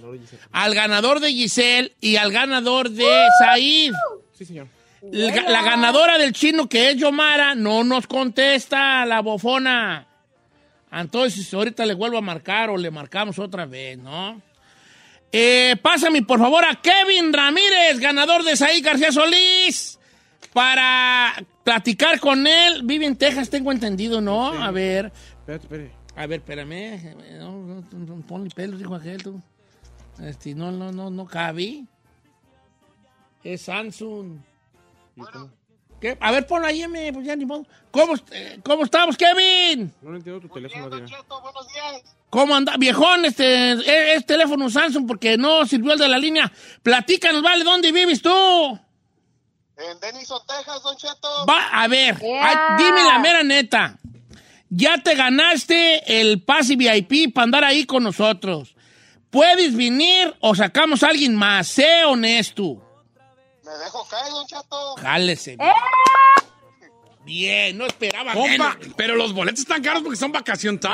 Speaker 1: Al ganador de Giselle y al ganador de Said.
Speaker 5: Sí, señor.
Speaker 1: El ga- La ganadora del chino, que es Yomara, no nos contesta la bofona. Entonces, ahorita le vuelvo a marcar o le marcamos otra vez, ¿no? Eh, pásame, por favor, a Kevin Ramírez, ganador de Saí García Solís, para platicar con él. Vive en Texas, tengo entendido, ¿no? A ver.
Speaker 5: Espérate, espérate.
Speaker 1: A ver, espérame. No, no, no, ponle pelos, dijo aquel, tú. Este, no, no, no, no cabí. Es Samsung. ¿Qué? A ver, ponlo ahí, M, pues ya ni modo. ¿Cómo, est- eh, cómo estamos, Kevin?
Speaker 5: No le entiendo tu teléfono, Adrián.
Speaker 1: ¿Cómo anda? Viejón, este es, es teléfono Samsung porque no sirvió el de la línea. Platícanos, vale, ¿dónde vives tú?
Speaker 9: En Denison, Texas, Don Cheto.
Speaker 1: Va, a ver, ay, dime la mera neta. Ya te ganaste el pase VIP para andar ahí con nosotros. ¿Puedes venir o sacamos a alguien más? Sé honesto.
Speaker 9: Me dejo caer, Don Cheto.
Speaker 1: Jálese.
Speaker 10: Eh.
Speaker 1: Bien, no esperaba
Speaker 4: Compa,
Speaker 1: menos.
Speaker 4: pero los boletos están caros porque son vacación time.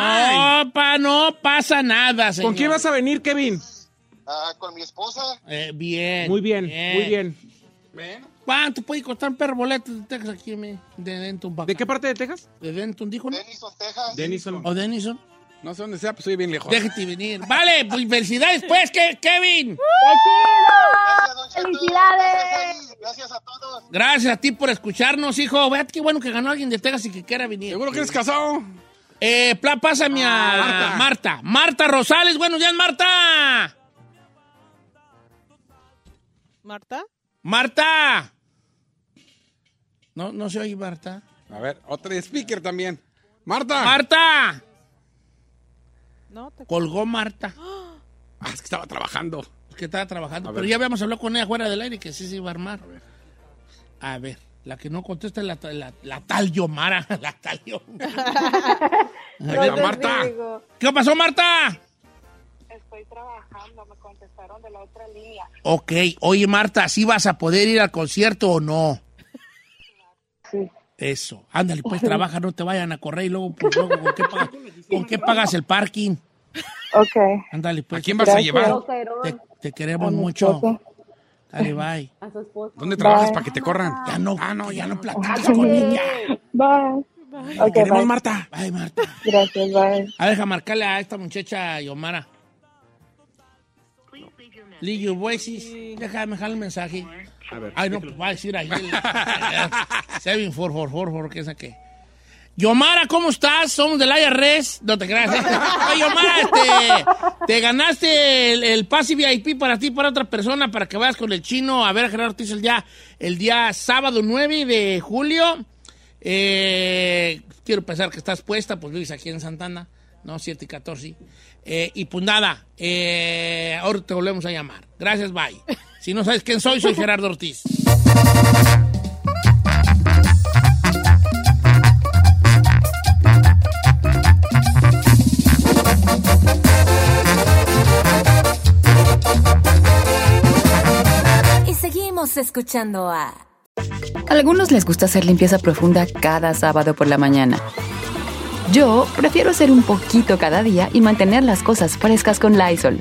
Speaker 1: No, pa, no pasa nada, señor.
Speaker 5: ¿Con quién vas a venir, Kevin?
Speaker 9: Ah, con mi esposa.
Speaker 1: Eh, bien.
Speaker 5: Muy bien, muy bien.
Speaker 1: ¿Cuánto puede costar un perro boleto de Texas aquí mi- de Denton? pa'
Speaker 5: ¿De qué
Speaker 1: acá?
Speaker 5: parte de Texas?
Speaker 1: ¿De Denton, dijo? ¿no?
Speaker 9: Denison, Texas.
Speaker 10: [LAUGHS]
Speaker 5: Denison.
Speaker 1: ¿O Denison?
Speaker 4: No sé dónde sea, pues estoy bien lejos.
Speaker 1: Déjate venir. Vale, pues felicidades, pues, Ke- Kevin.
Speaker 9: Gracias, Don Cheto.
Speaker 2: ¡Felicidades!
Speaker 9: Gracias a- Gracias a todos.
Speaker 1: Gracias a ti por escucharnos, hijo. Vea qué bueno que ganó alguien de Texas y que quiera venir.
Speaker 4: ¿Seguro que eres casado? Ah,
Speaker 1: Eh, pla- pásame a
Speaker 4: Marta.
Speaker 1: Marta. Marta Rosales, buenos días, Marta.
Speaker 3: ¿Marta?
Speaker 1: Marta. No, no se oye, Marta.
Speaker 4: A ver, otra de speaker también. Marta.
Speaker 1: Marta.
Speaker 3: No, te...
Speaker 1: Colgó Marta,
Speaker 4: Ah, es que estaba trabajando.
Speaker 1: que estaba trabajando.
Speaker 4: A
Speaker 1: Pero
Speaker 4: ver.
Speaker 1: ya habíamos hablado con ella fuera del aire que sí se iba a armar. A ver, la que no contesta es la, la- la tal Yomara. [LAUGHS] La tal Yomara.
Speaker 4: Ahí está
Speaker 2: Entonces
Speaker 4: Marta.
Speaker 2: digo,
Speaker 1: ¿Qué pasó, Marta?
Speaker 10: Estoy trabajando, me contestaron de la otra línea.
Speaker 1: Ok, oye Marta, ¿sí vas a poder ir al concierto o no?
Speaker 10: Sí.
Speaker 1: Eso, ándale, pues trabaja, no te vayan a correr y luego, pues, luego, ¿con, qué
Speaker 10: [LAUGHS]
Speaker 1: pagas, con qué pagas el parking?
Speaker 10: Ok.
Speaker 1: Ándale, pues.
Speaker 4: ¿A quién vas a llevar?
Speaker 2: "Oh, Caerón",
Speaker 1: Te, te queremos
Speaker 10: mi
Speaker 1: mucho.
Speaker 10: esposo.
Speaker 1: Dale, bye.
Speaker 2: a su esposo.
Speaker 4: ¿Dónde trabajas
Speaker 10: Bye.
Speaker 4: para que te corran?
Speaker 1: Ya no,
Speaker 4: Ah, no,
Speaker 1: ya
Speaker 4: ya
Speaker 1: no
Speaker 4: no.
Speaker 1: platicas con ella.
Speaker 10: Bye. Ok,
Speaker 5: Queremos
Speaker 10: bye.
Speaker 5: Marta.
Speaker 1: Bye, Marta.
Speaker 10: Gracias, bye.
Speaker 1: A ver, Ah, deja marcarle a esta muchacha Yomara. Leave your voices. Déjame dejar el mensaje.
Speaker 5: A ver.
Speaker 1: Ay, no, pues va a decir ahí.
Speaker 5: [LAUGHS]
Speaker 1: el- Seven, four, four, four, four, ¿qué es aquel? Yomara, ¿cómo estás? Somos del IRS. No te creas. ¿eh? Oye, Yomara, este, te ganaste el, el pase VIP para ti y para otra persona para que vayas con el chino a ver a Gerardo Ortiz el día, el día sábado 9 de julio. Eh, quiero pensar que estás puesta, pues vives aquí en Santana, ¿no? 7 y 14. Eh, y pues nada, eh, ahora te volvemos a llamar. Gracias, bye. Si no sabes quién soy, soy Gerardo Ortiz.
Speaker 8: Y seguimos escuchando a
Speaker 11: Algunos les gusta hacer limpieza profunda cada sábado por la mañana. Yo prefiero hacer un poquito cada día y mantener las cosas frescas con Lysol.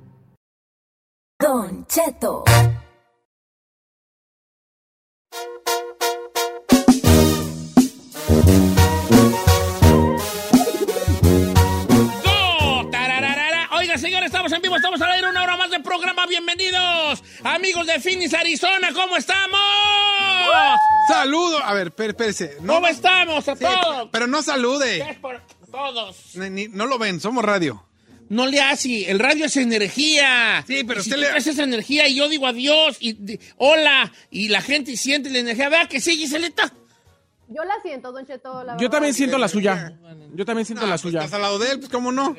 Speaker 8: Don Cheto.
Speaker 1: ¡Go! Tarararara. Oiga, señores, estamos en vivo, estamos al aire una hora más de programa. Bienvenidos, amigos de Phoenix, Arizona, ¿cómo estamos?
Speaker 4: Saludo. A ver, espé- espérese. No,
Speaker 1: ¿Cómo estamos a
Speaker 4: sí,
Speaker 1: todos?
Speaker 4: pero no salude.
Speaker 1: Es por todos.
Speaker 4: Ni- ni- no lo ven, somos radio.
Speaker 1: No le hace, el radio es energía.
Speaker 4: Sí, pero
Speaker 1: Y si
Speaker 4: usted le-
Speaker 1: tú traes esa energía y yo digo adiós y di- hola y la gente siente la energía. Vea que sí, Giselita.
Speaker 2: Yo la siento, Don Cheto. La
Speaker 5: Yo
Speaker 2: verdad.
Speaker 5: también siento la suya. Yo también siento la suya.
Speaker 4: Ah, Estás al lado de él, pues cómo no.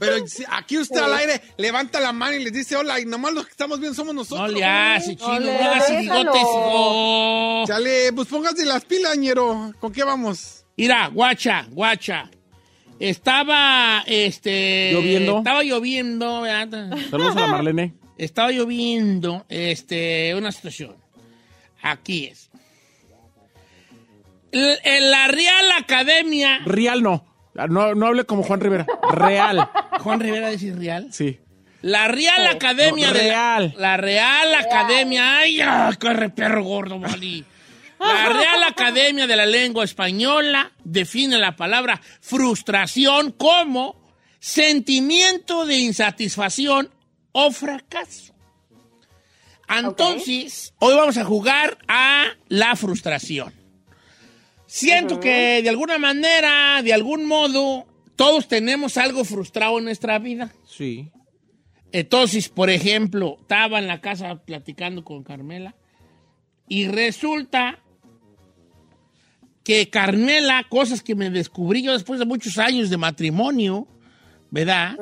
Speaker 4: Pero si- aquí usted al aire levanta la mano y les dice hola y nomás los que estamos bien somos nosotros.
Speaker 1: No le hace, chino, no le hace bigotes, hijo.
Speaker 4: Chale, pues póngase las pilas, ñero. ¿Con qué vamos?
Speaker 1: Mira, guacha, guacha. Estaba, este...
Speaker 5: Lloviendo.
Speaker 1: Estaba lloviendo, ¿verdad?
Speaker 5: Saludos a la Marlene.
Speaker 1: Estaba lloviendo, este, una situación. Aquí es. L- en la Real Academia...
Speaker 5: Real no. Ah, No, no hable como Juan Rivera. Real.
Speaker 1: Juan Rivera dice Real.
Speaker 5: Sí.
Speaker 1: La Real Academia de...
Speaker 5: Real.
Speaker 1: La Real Academia. ¡Ay, ah, corre perro gordo, Molly! La Real Academia de la Lengua Española define la palabra frustración como sentimiento de insatisfacción o fracaso. Entonces, hoy vamos a jugar a la frustración. Siento que de alguna manera, de algún modo, todos tenemos algo frustrado en nuestra vida.
Speaker 5: Sí.
Speaker 1: Entonces, por ejemplo, estaba en la casa platicando con Carmela y resulta que Carmela, cosas que me descubrí yo después de muchos años de matrimonio, ¿verdad?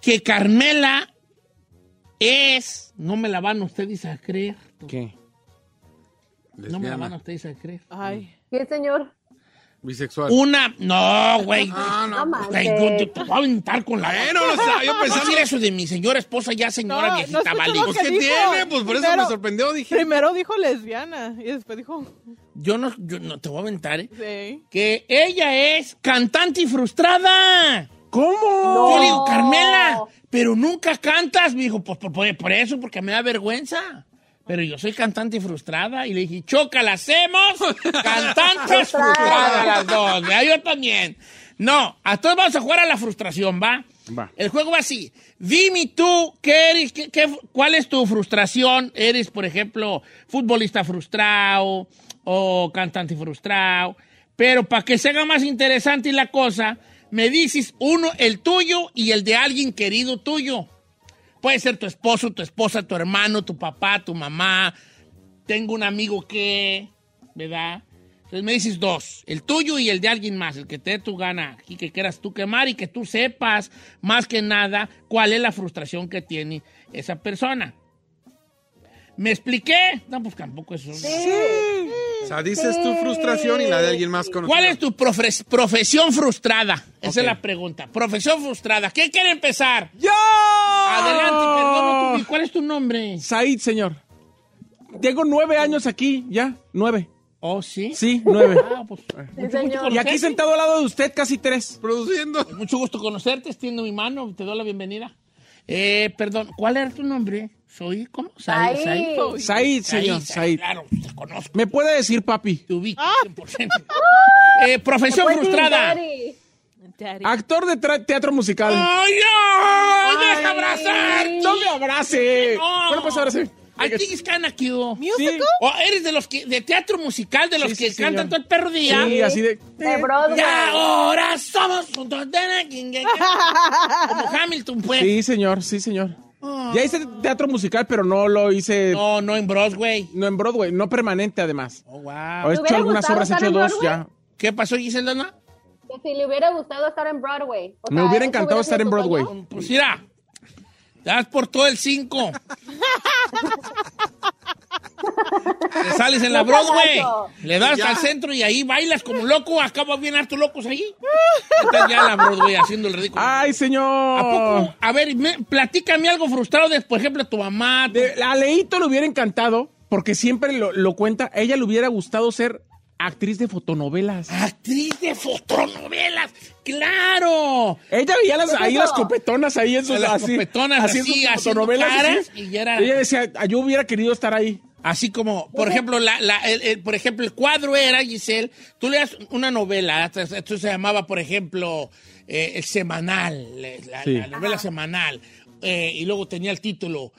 Speaker 1: Que Carmela es, no me la van ustedes a creer,
Speaker 5: ¿Qué?
Speaker 1: no me la van ustedes a creer.
Speaker 3: Ay.
Speaker 2: ¿Qué, señor?
Speaker 4: Bisexual. Ah,
Speaker 1: Una, no, güey.
Speaker 2: No, manches.
Speaker 1: Güey, yo- yo te voy a aventar con la.
Speaker 4: Eh, no lo sabía, yo
Speaker 1: No
Speaker 4: pensaba-
Speaker 1: decir eso de mi señora esposa, ya señora
Speaker 3: No, no
Speaker 1: viejita,
Speaker 3: escuchó
Speaker 1: vale.
Speaker 3: lo
Speaker 4: Pues,
Speaker 3: que
Speaker 4: ¿qué
Speaker 3: dijo.
Speaker 4: tiene? Pues por eso
Speaker 3: Primero-
Speaker 4: me sorprendió, dije.
Speaker 3: Primero dijo lesbiana y después dijo.
Speaker 1: Yo no, yo no te voy a aventar, ¿eh?
Speaker 3: Sí.
Speaker 1: Que ella es cantante y frustrada.
Speaker 5: ¿Cómo?
Speaker 1: Yo le digo, Carmela, pero nunca cantas. Me dijo, pues por, por- por eso, porque me da vergüenza. Pero yo soy cantante y frustrada. Y le dije, choca, la hacemos. Cantantes frustradas las dos. ¿verdad? Yo también. No, a todos vamos a jugar a la frustración, ¿va?
Speaker 5: Va.
Speaker 1: El juego va así. Dime tú, ¿qué eres, qué- qué- ¿cuál es tu frustración? ¿Eres, por ejemplo, futbolista frustrado o cantante frustrado? Pero para que se haga más interesante la cosa, me dices uno, el tuyo y el de alguien querido tuyo. Puede ser tu esposo, tu esposa, tu hermano, tu papá, tu mamá. Tengo un amigo que, ¿verdad? Entonces me dices dos, el tuyo y el de alguien más, el que te dé tu gana y que quieras tú quemar y que tú sepas más que nada cuál es la frustración que tiene esa persona. ¿Me expliqué? No, pues tampoco es...
Speaker 4: O sea, dices tu frustración y la de alguien más conocido.
Speaker 1: ¿Cuál es tu profes- profesión frustrada? Esa
Speaker 4: Ok.
Speaker 1: es la pregunta. Profesión frustrada. ¿Qué quiere empezar?
Speaker 5: ¡Yo!
Speaker 1: Adelante, perdón. ¿Cuál es tu nombre?
Speaker 5: Said, señor. Tengo nueve años aquí, ya. Nueve.
Speaker 1: Oh, sí.
Speaker 5: Sí,
Speaker 1: [LAUGHS]
Speaker 5: nueve.
Speaker 1: Ah, pues, mucho, gusto
Speaker 2: señor.
Speaker 5: Y
Speaker 1: conocerte.
Speaker 5: aquí sentado al lado de usted, casi tres.
Speaker 4: Produciendo.
Speaker 1: Mucho gusto conocerte. Extiendo mi mano. Te doy la bienvenida. Eh, perdón, ¿cuál era tu nombre? Soy, ¿cómo? Said.
Speaker 2: Said. Said,
Speaker 1: Said.
Speaker 5: Said, señor, Said.
Speaker 1: Claro, te conozco.
Speaker 5: ¿Me puede decir, papi?
Speaker 1: Te ubico 100%. Eh, Ah. profesión
Speaker 2: Pues, sí,
Speaker 1: frustrada. [LAUGHS]
Speaker 2: Daddy.
Speaker 5: Actor de tra- teatro musical.
Speaker 1: ¡Ay, no! ¡Deja abrazar!
Speaker 5: ¡No me abrace!
Speaker 1: No.
Speaker 5: Bueno, pues ahora sí.
Speaker 1: I think it's kinda cute.
Speaker 5: Sí,
Speaker 1: O Oh, eres de los que, de teatro musical, de los
Speaker 5: Sí,
Speaker 1: que
Speaker 5: sí, señor.
Speaker 1: cantan todo el perro día.
Speaker 5: sí, así de...
Speaker 2: De Broadway.
Speaker 1: Y ahora somos juntos de la quingue- Como
Speaker 2: [LAUGHS]
Speaker 1: Hamilton, pues. Ah.
Speaker 5: Sí, señor, sí, señor. Ya hice teatro musical, pero no lo hice... No,
Speaker 1: No, no en Broadway.
Speaker 5: en Broadway, no permanente, además.
Speaker 1: Oh, wow.
Speaker 5: He
Speaker 2: ¿Te
Speaker 5: hecho
Speaker 2: hubiera
Speaker 5: algunas
Speaker 2: gustado
Speaker 5: obras, he
Speaker 2: estar
Speaker 5: hecho
Speaker 2: en
Speaker 5: dos
Speaker 2: Broadway?
Speaker 5: ya.
Speaker 1: ¿Qué pasó,
Speaker 2: [LAUGHS]
Speaker 1: Giselona?
Speaker 2: Que si le hubiera gustado estar en Broadway. O
Speaker 5: Me
Speaker 2: sea,
Speaker 5: hubiera
Speaker 2: ¿eso sido
Speaker 5: encantado estar en
Speaker 2: tu
Speaker 5: Broadway.
Speaker 2: sueño?
Speaker 1: Pues mira, das por todo el 5. Te sales en la
Speaker 2: No
Speaker 1: Broadway,
Speaker 2: cagazo.
Speaker 1: le das
Speaker 4: Ya.
Speaker 1: al centro y ahí bailas como loco, acabas bien harto locos ahí. Estás ya en la Broadway haciendo el ridículo.
Speaker 5: ¡Ay,
Speaker 1: ¿A poco?
Speaker 5: señor!
Speaker 1: A ver, me- platícame algo frustrado de, por ejemplo, tu mamá. tu-
Speaker 5: De- a Leito le hubiera encantado, porque siempre lo, lo cuenta, a ella le hubiera gustado ser actriz de fotonovelas.
Speaker 1: Actriz de fotonovelas, claro.
Speaker 5: Ella veía las, ahí
Speaker 2: eso?
Speaker 5: las copetonas ahí en sus
Speaker 1: Las
Speaker 5: así,
Speaker 1: copetonas
Speaker 5: en
Speaker 1: así,
Speaker 5: sus
Speaker 1: haciendo
Speaker 5: fotonovelas,
Speaker 1: caras,
Speaker 5: así.
Speaker 1: y ya era-
Speaker 5: Ella decía, "Ah, yo hubiera querido estar ahí.
Speaker 1: Así como, por ejemplo, la, la- el, el- por ejemplo, el cuadro era, Giselle, tú leas una novela, hasta- esto se llamaba, por ejemplo, eh, el semanal, eh, la,
Speaker 5: Sí.
Speaker 1: la novela semanal, eh, y luego tenía el título,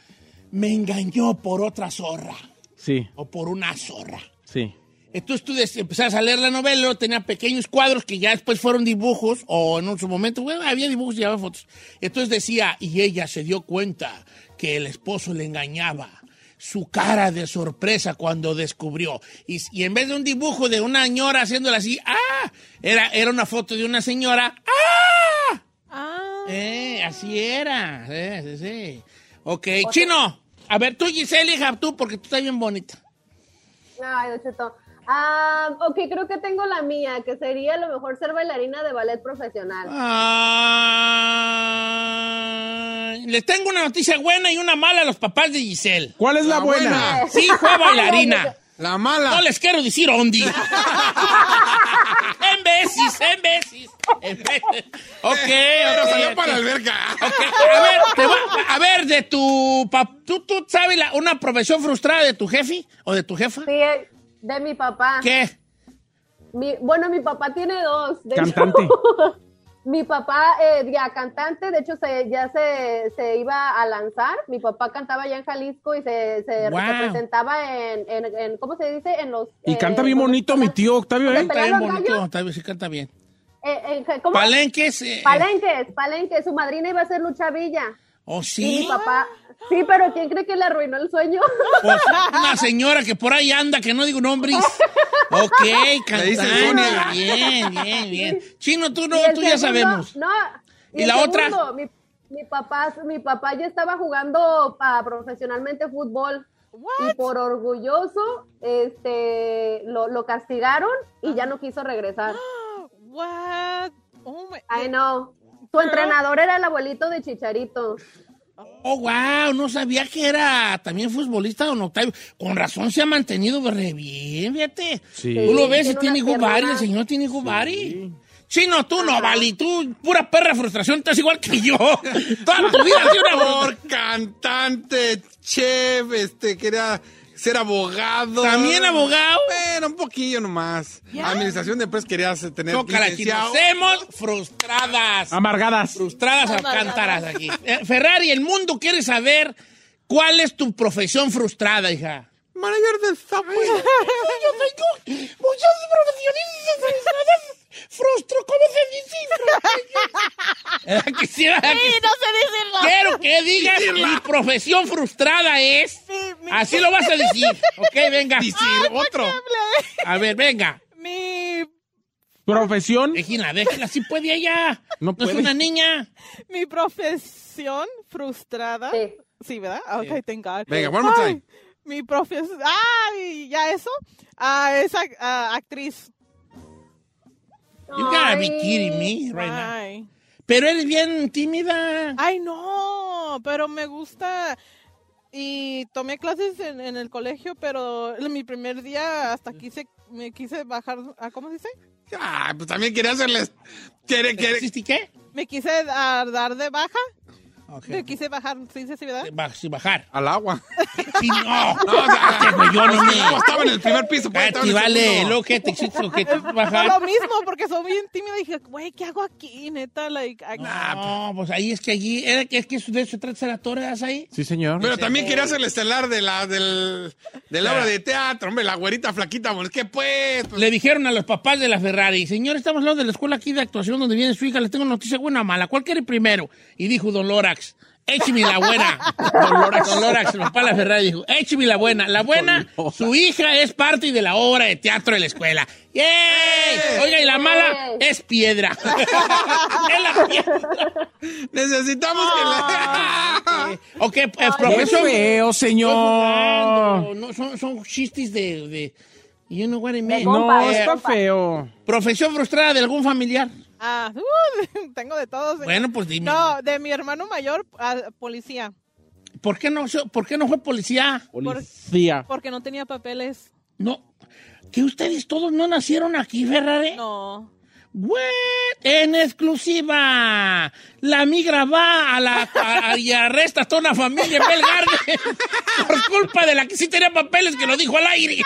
Speaker 1: Me engañó por otra zorra,
Speaker 5: Sí,
Speaker 1: o por una zorra.
Speaker 5: sí.
Speaker 1: Entonces tú des- empezabas a leer la novela, luego tenía pequeños cuadros que ya después fueron dibujos, o en su momento bueno, había dibujos y había fotos. Entonces decía, y ella se dio cuenta que el esposo le engañaba. su cara de sorpresa cuando descubrió. Y, y en vez de un dibujo de una señora haciéndola así, ¡ah! Era, era una foto de una señora, ¡ah! Eh, así era. eh, Sí, sí, sí. Ok, chino. A ver, tú, Giselle, hija, tú, porque tú estás bien bonita.
Speaker 2: Ay, Don Cheto. Ah, ok, creo que tengo la mía, que sería a lo mejor ser bailarina de ballet profesional.
Speaker 1: Ay, les tengo una noticia buena y una mala a los papás de Giselle.
Speaker 5: ¿Cuál es la, buena?
Speaker 1: Sí,
Speaker 4: [LAUGHS]
Speaker 1: fue bailarina.
Speaker 4: La mala.
Speaker 1: No les quiero decir
Speaker 4: [LAUGHS]
Speaker 1: ondi. en veces, en veces. en veces. Ok,
Speaker 4: Pero
Speaker 1: ok,
Speaker 4: salió
Speaker 1: ok.
Speaker 4: para la alberca.
Speaker 1: Ok, A ver, te va- a ver, de tu pap- ¿tú, tú sabes la- una profesión frustrada de tu jefe o de tu jefa?
Speaker 2: Sí, eh, de mi papá.
Speaker 1: ¿Qué?
Speaker 2: Mi- bueno, mi papá tiene dos. de hecho.
Speaker 1: Cantante.
Speaker 2: [LAUGHS] mi papá, eh, ya cantante, de hecho se, ya se, se iba a lanzar. Mi papá cantaba allá en Jalisco y se, se
Speaker 5: Wow.
Speaker 2: presentaba en, en- en- ¿cómo se dice? En los...
Speaker 5: Y
Speaker 2: eh,
Speaker 5: canta bien bonito mi tío Octavio, ¿eh?
Speaker 1: Está bien
Speaker 2: ¿Pelando gallo?
Speaker 1: bonito, está bien, sí canta bien.
Speaker 2: eh, en- ¿cómo?
Speaker 1: Palenques. eh,
Speaker 2: Palenques, Palenques. Su madrina iba a ser Lucha Villa. Y mi
Speaker 1: ¿O Oh, sí?
Speaker 2: papá. Sí, pero ¿quién cree que le arruinó el sueño? [LAUGHS]
Speaker 1: Pues, una señora que por ahí anda, que no digo nombres. Ok,
Speaker 4: Le dice
Speaker 1: cantante.
Speaker 4: Sonia.
Speaker 1: Bien, bien, bien. Chino, tú no,
Speaker 2: Y el
Speaker 1: tú ya
Speaker 2: segundo-
Speaker 1: sabemos.
Speaker 2: No.
Speaker 1: ¿Y
Speaker 2: el
Speaker 1: la otra?
Speaker 2: segundo, Mi, mi papá, mi papá ya estaba jugando ah, profesionalmente fútbol. Y por orgulloso, este, lo, lo castigaron y ya no quiso regresar.
Speaker 3: Ah, What? Oh my.
Speaker 2: Ay, no. Su entrenador era el abuelito de Chicharito.
Speaker 1: Oh, wow, no sabía que era también futbolista don Octavio. Con razón se ha mantenido re bien, fíjate.
Speaker 6: Sí.
Speaker 1: Tú lo ves y
Speaker 6: Tiene
Speaker 1: tiene
Speaker 6: una
Speaker 1: good body,
Speaker 6: pierna.
Speaker 1: el señor tiene good body. Chino, tú no, Vali, tú, pura perra frustración, estás igual que
Speaker 4: [LAUGHS]
Speaker 1: yo. Toda tu vida has sido una
Speaker 4: Por cantante, chef, este, quería ser abogado.
Speaker 1: ¿También abogado?
Speaker 4: Pero un poquillo nomás.
Speaker 1: Ya.
Speaker 4: Administración de empresas quería tener
Speaker 1: Chócala, aquí
Speaker 4: licenciado.
Speaker 1: nos hacemos frustradas.
Speaker 5: Amargadas.
Speaker 1: Frustradas
Speaker 5: Amargadas.
Speaker 1: alcántaras aquí. Eh, Ferrari, el mundo quiere saber cuál es tu profesión frustrada, hija. [LAUGHS]
Speaker 4: Manager del Subway.
Speaker 6: Yo tengo muchas profesiones frustro, ¿cómo se dice?
Speaker 1: Eh, Quisiera.
Speaker 6: Sí, no sé decirlo.
Speaker 1: Quiero que digas
Speaker 6: Decirla.
Speaker 1: mi profesión frustrada es. Así lo vas a decir. Ok,
Speaker 3: [LAUGHS]
Speaker 1: venga. otro. A ver, venga.
Speaker 3: Mi,
Speaker 5: Profesión.
Speaker 1: Déjela, déjela, sí puede ella. No
Speaker 5: No
Speaker 1: es
Speaker 5: puede.
Speaker 1: una niña.
Speaker 3: [LAUGHS] mi profesión frustrada. Sí. ¿verdad? Ah, Ok, thank God.
Speaker 4: Venga, one more
Speaker 3: Ay,
Speaker 4: time.
Speaker 3: Mi profesión. ¡Ay! ¿Ya eso? Ah, esa ah, actriz.
Speaker 1: You gotta be kidding me right now. Pero eres bien tímida.
Speaker 3: Ay, no, pero me gusta. Y tomé clases en, en el colegio, pero en mi primer día hasta quise, me quise bajar, ¿a ¿cómo se dice?
Speaker 4: Ah, pues también quería hacerles. Quiere, quiere.
Speaker 1: qué?
Speaker 3: Me quise ah, dar de baja.
Speaker 1: Ok.
Speaker 3: Me quise bajar, ¿se dice así, verdad?
Speaker 1: Baj- sin bajar.
Speaker 4: Al agua.
Speaker 3: [LAUGHS]
Speaker 1: Sí, no.
Speaker 4: No, o sea,
Speaker 1: Este güey,
Speaker 4: [LAUGHS]
Speaker 1: yo no me-
Speaker 4: no, estaba en el primer piso. pues, estaba
Speaker 1: Cállate,
Speaker 4: en el
Speaker 1: vale,
Speaker 4: segundo.
Speaker 1: lo que te exijo que te
Speaker 3: No,
Speaker 1: bajar.
Speaker 3: lo mismo, porque soy bien tímida. Dije, güey, ¿qué hago aquí? Neta, like, I-
Speaker 1: No, pues ahí es que allí, era que- es que de eso se trata la torre, ¿das ahí?
Speaker 5: Sí, señor.
Speaker 4: Pero también quería hacer el estelar de la, del, de la obra
Speaker 1: Ah.
Speaker 4: de teatro, hombre, la güerita flaquita, bueno, es que pues.
Speaker 1: Le dijeron a los papás de la Ferrari, señor, estamos hablando de la escuela aquí de actuación donde viene su hija, les tengo noticia buena o mala, ¿cuál quiere primero? Y dijo Don Lorax, écheme la buena. Don Lorax, Don Lorax, el papá de la Ferrari dijo, écheme la buena. La buena, su hija es parte de la obra de teatro de la escuela. ¡Yay! Oiga, y la
Speaker 6: [LAUGHS]
Speaker 1: mala es piedra. Es la piedra.
Speaker 4: Necesitamos que
Speaker 1: la... ok, eh,
Speaker 5: ¡Qué
Speaker 1: profesor.
Speaker 5: feo, señor!
Speaker 1: jugando. No, son, son chistes de, de... You know what I mean.
Speaker 5: No,
Speaker 1: Eh,
Speaker 5: está feo.
Speaker 1: Profesión frustrada de algún familiar.
Speaker 3: Ah, uh, [LAUGHS] tengo de todo. señor.
Speaker 1: Bueno, pues dime.
Speaker 3: No, de mi hermano mayor, ah, policía,
Speaker 1: ¿Por qué no, se- por qué no fue policía?
Speaker 5: Policía.
Speaker 3: porque no tenía papeles.
Speaker 1: No. Que ustedes todos no nacieron aquí, Ferrari.
Speaker 3: No.
Speaker 1: What? En exclusiva. La migra va a la a- a- y arresta a toda una familia en Belgarde [LAUGHS] por culpa de la que sí tenía papeles que lo dijo al aire.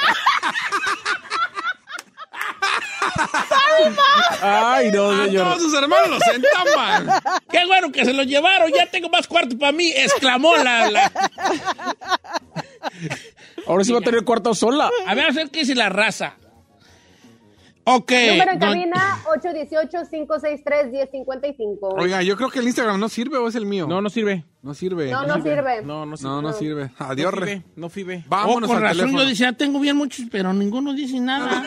Speaker 5: Ay, no,
Speaker 4: a
Speaker 5: señor.
Speaker 4: todos sus hermanos los entamban.
Speaker 1: Qué bueno que se lo llevaron, ya tengo más cuarto para mí, exclamó la, la-
Speaker 5: Ahora sí va a tener cuarto sola.
Speaker 1: A ver, a ver qué dice la raza. Ok.
Speaker 2: Número en
Speaker 4: don-
Speaker 2: cabina 818-563-1055.
Speaker 4: Oiga, yo creo que el Instagram no sirve o es el mío. No,
Speaker 5: no sirve.
Speaker 4: No sirve.
Speaker 2: No, no sirve.
Speaker 4: No, no sirve. No, no sirve. Adiós,
Speaker 5: Adiós, no
Speaker 4: re.
Speaker 5: FIBE, no FIBE.
Speaker 4: Vámonos
Speaker 1: Oh, por
Speaker 4: al
Speaker 1: razón
Speaker 4: teléfono.
Speaker 1: yo decía, tengo bien muchos, pero ninguno dice nada.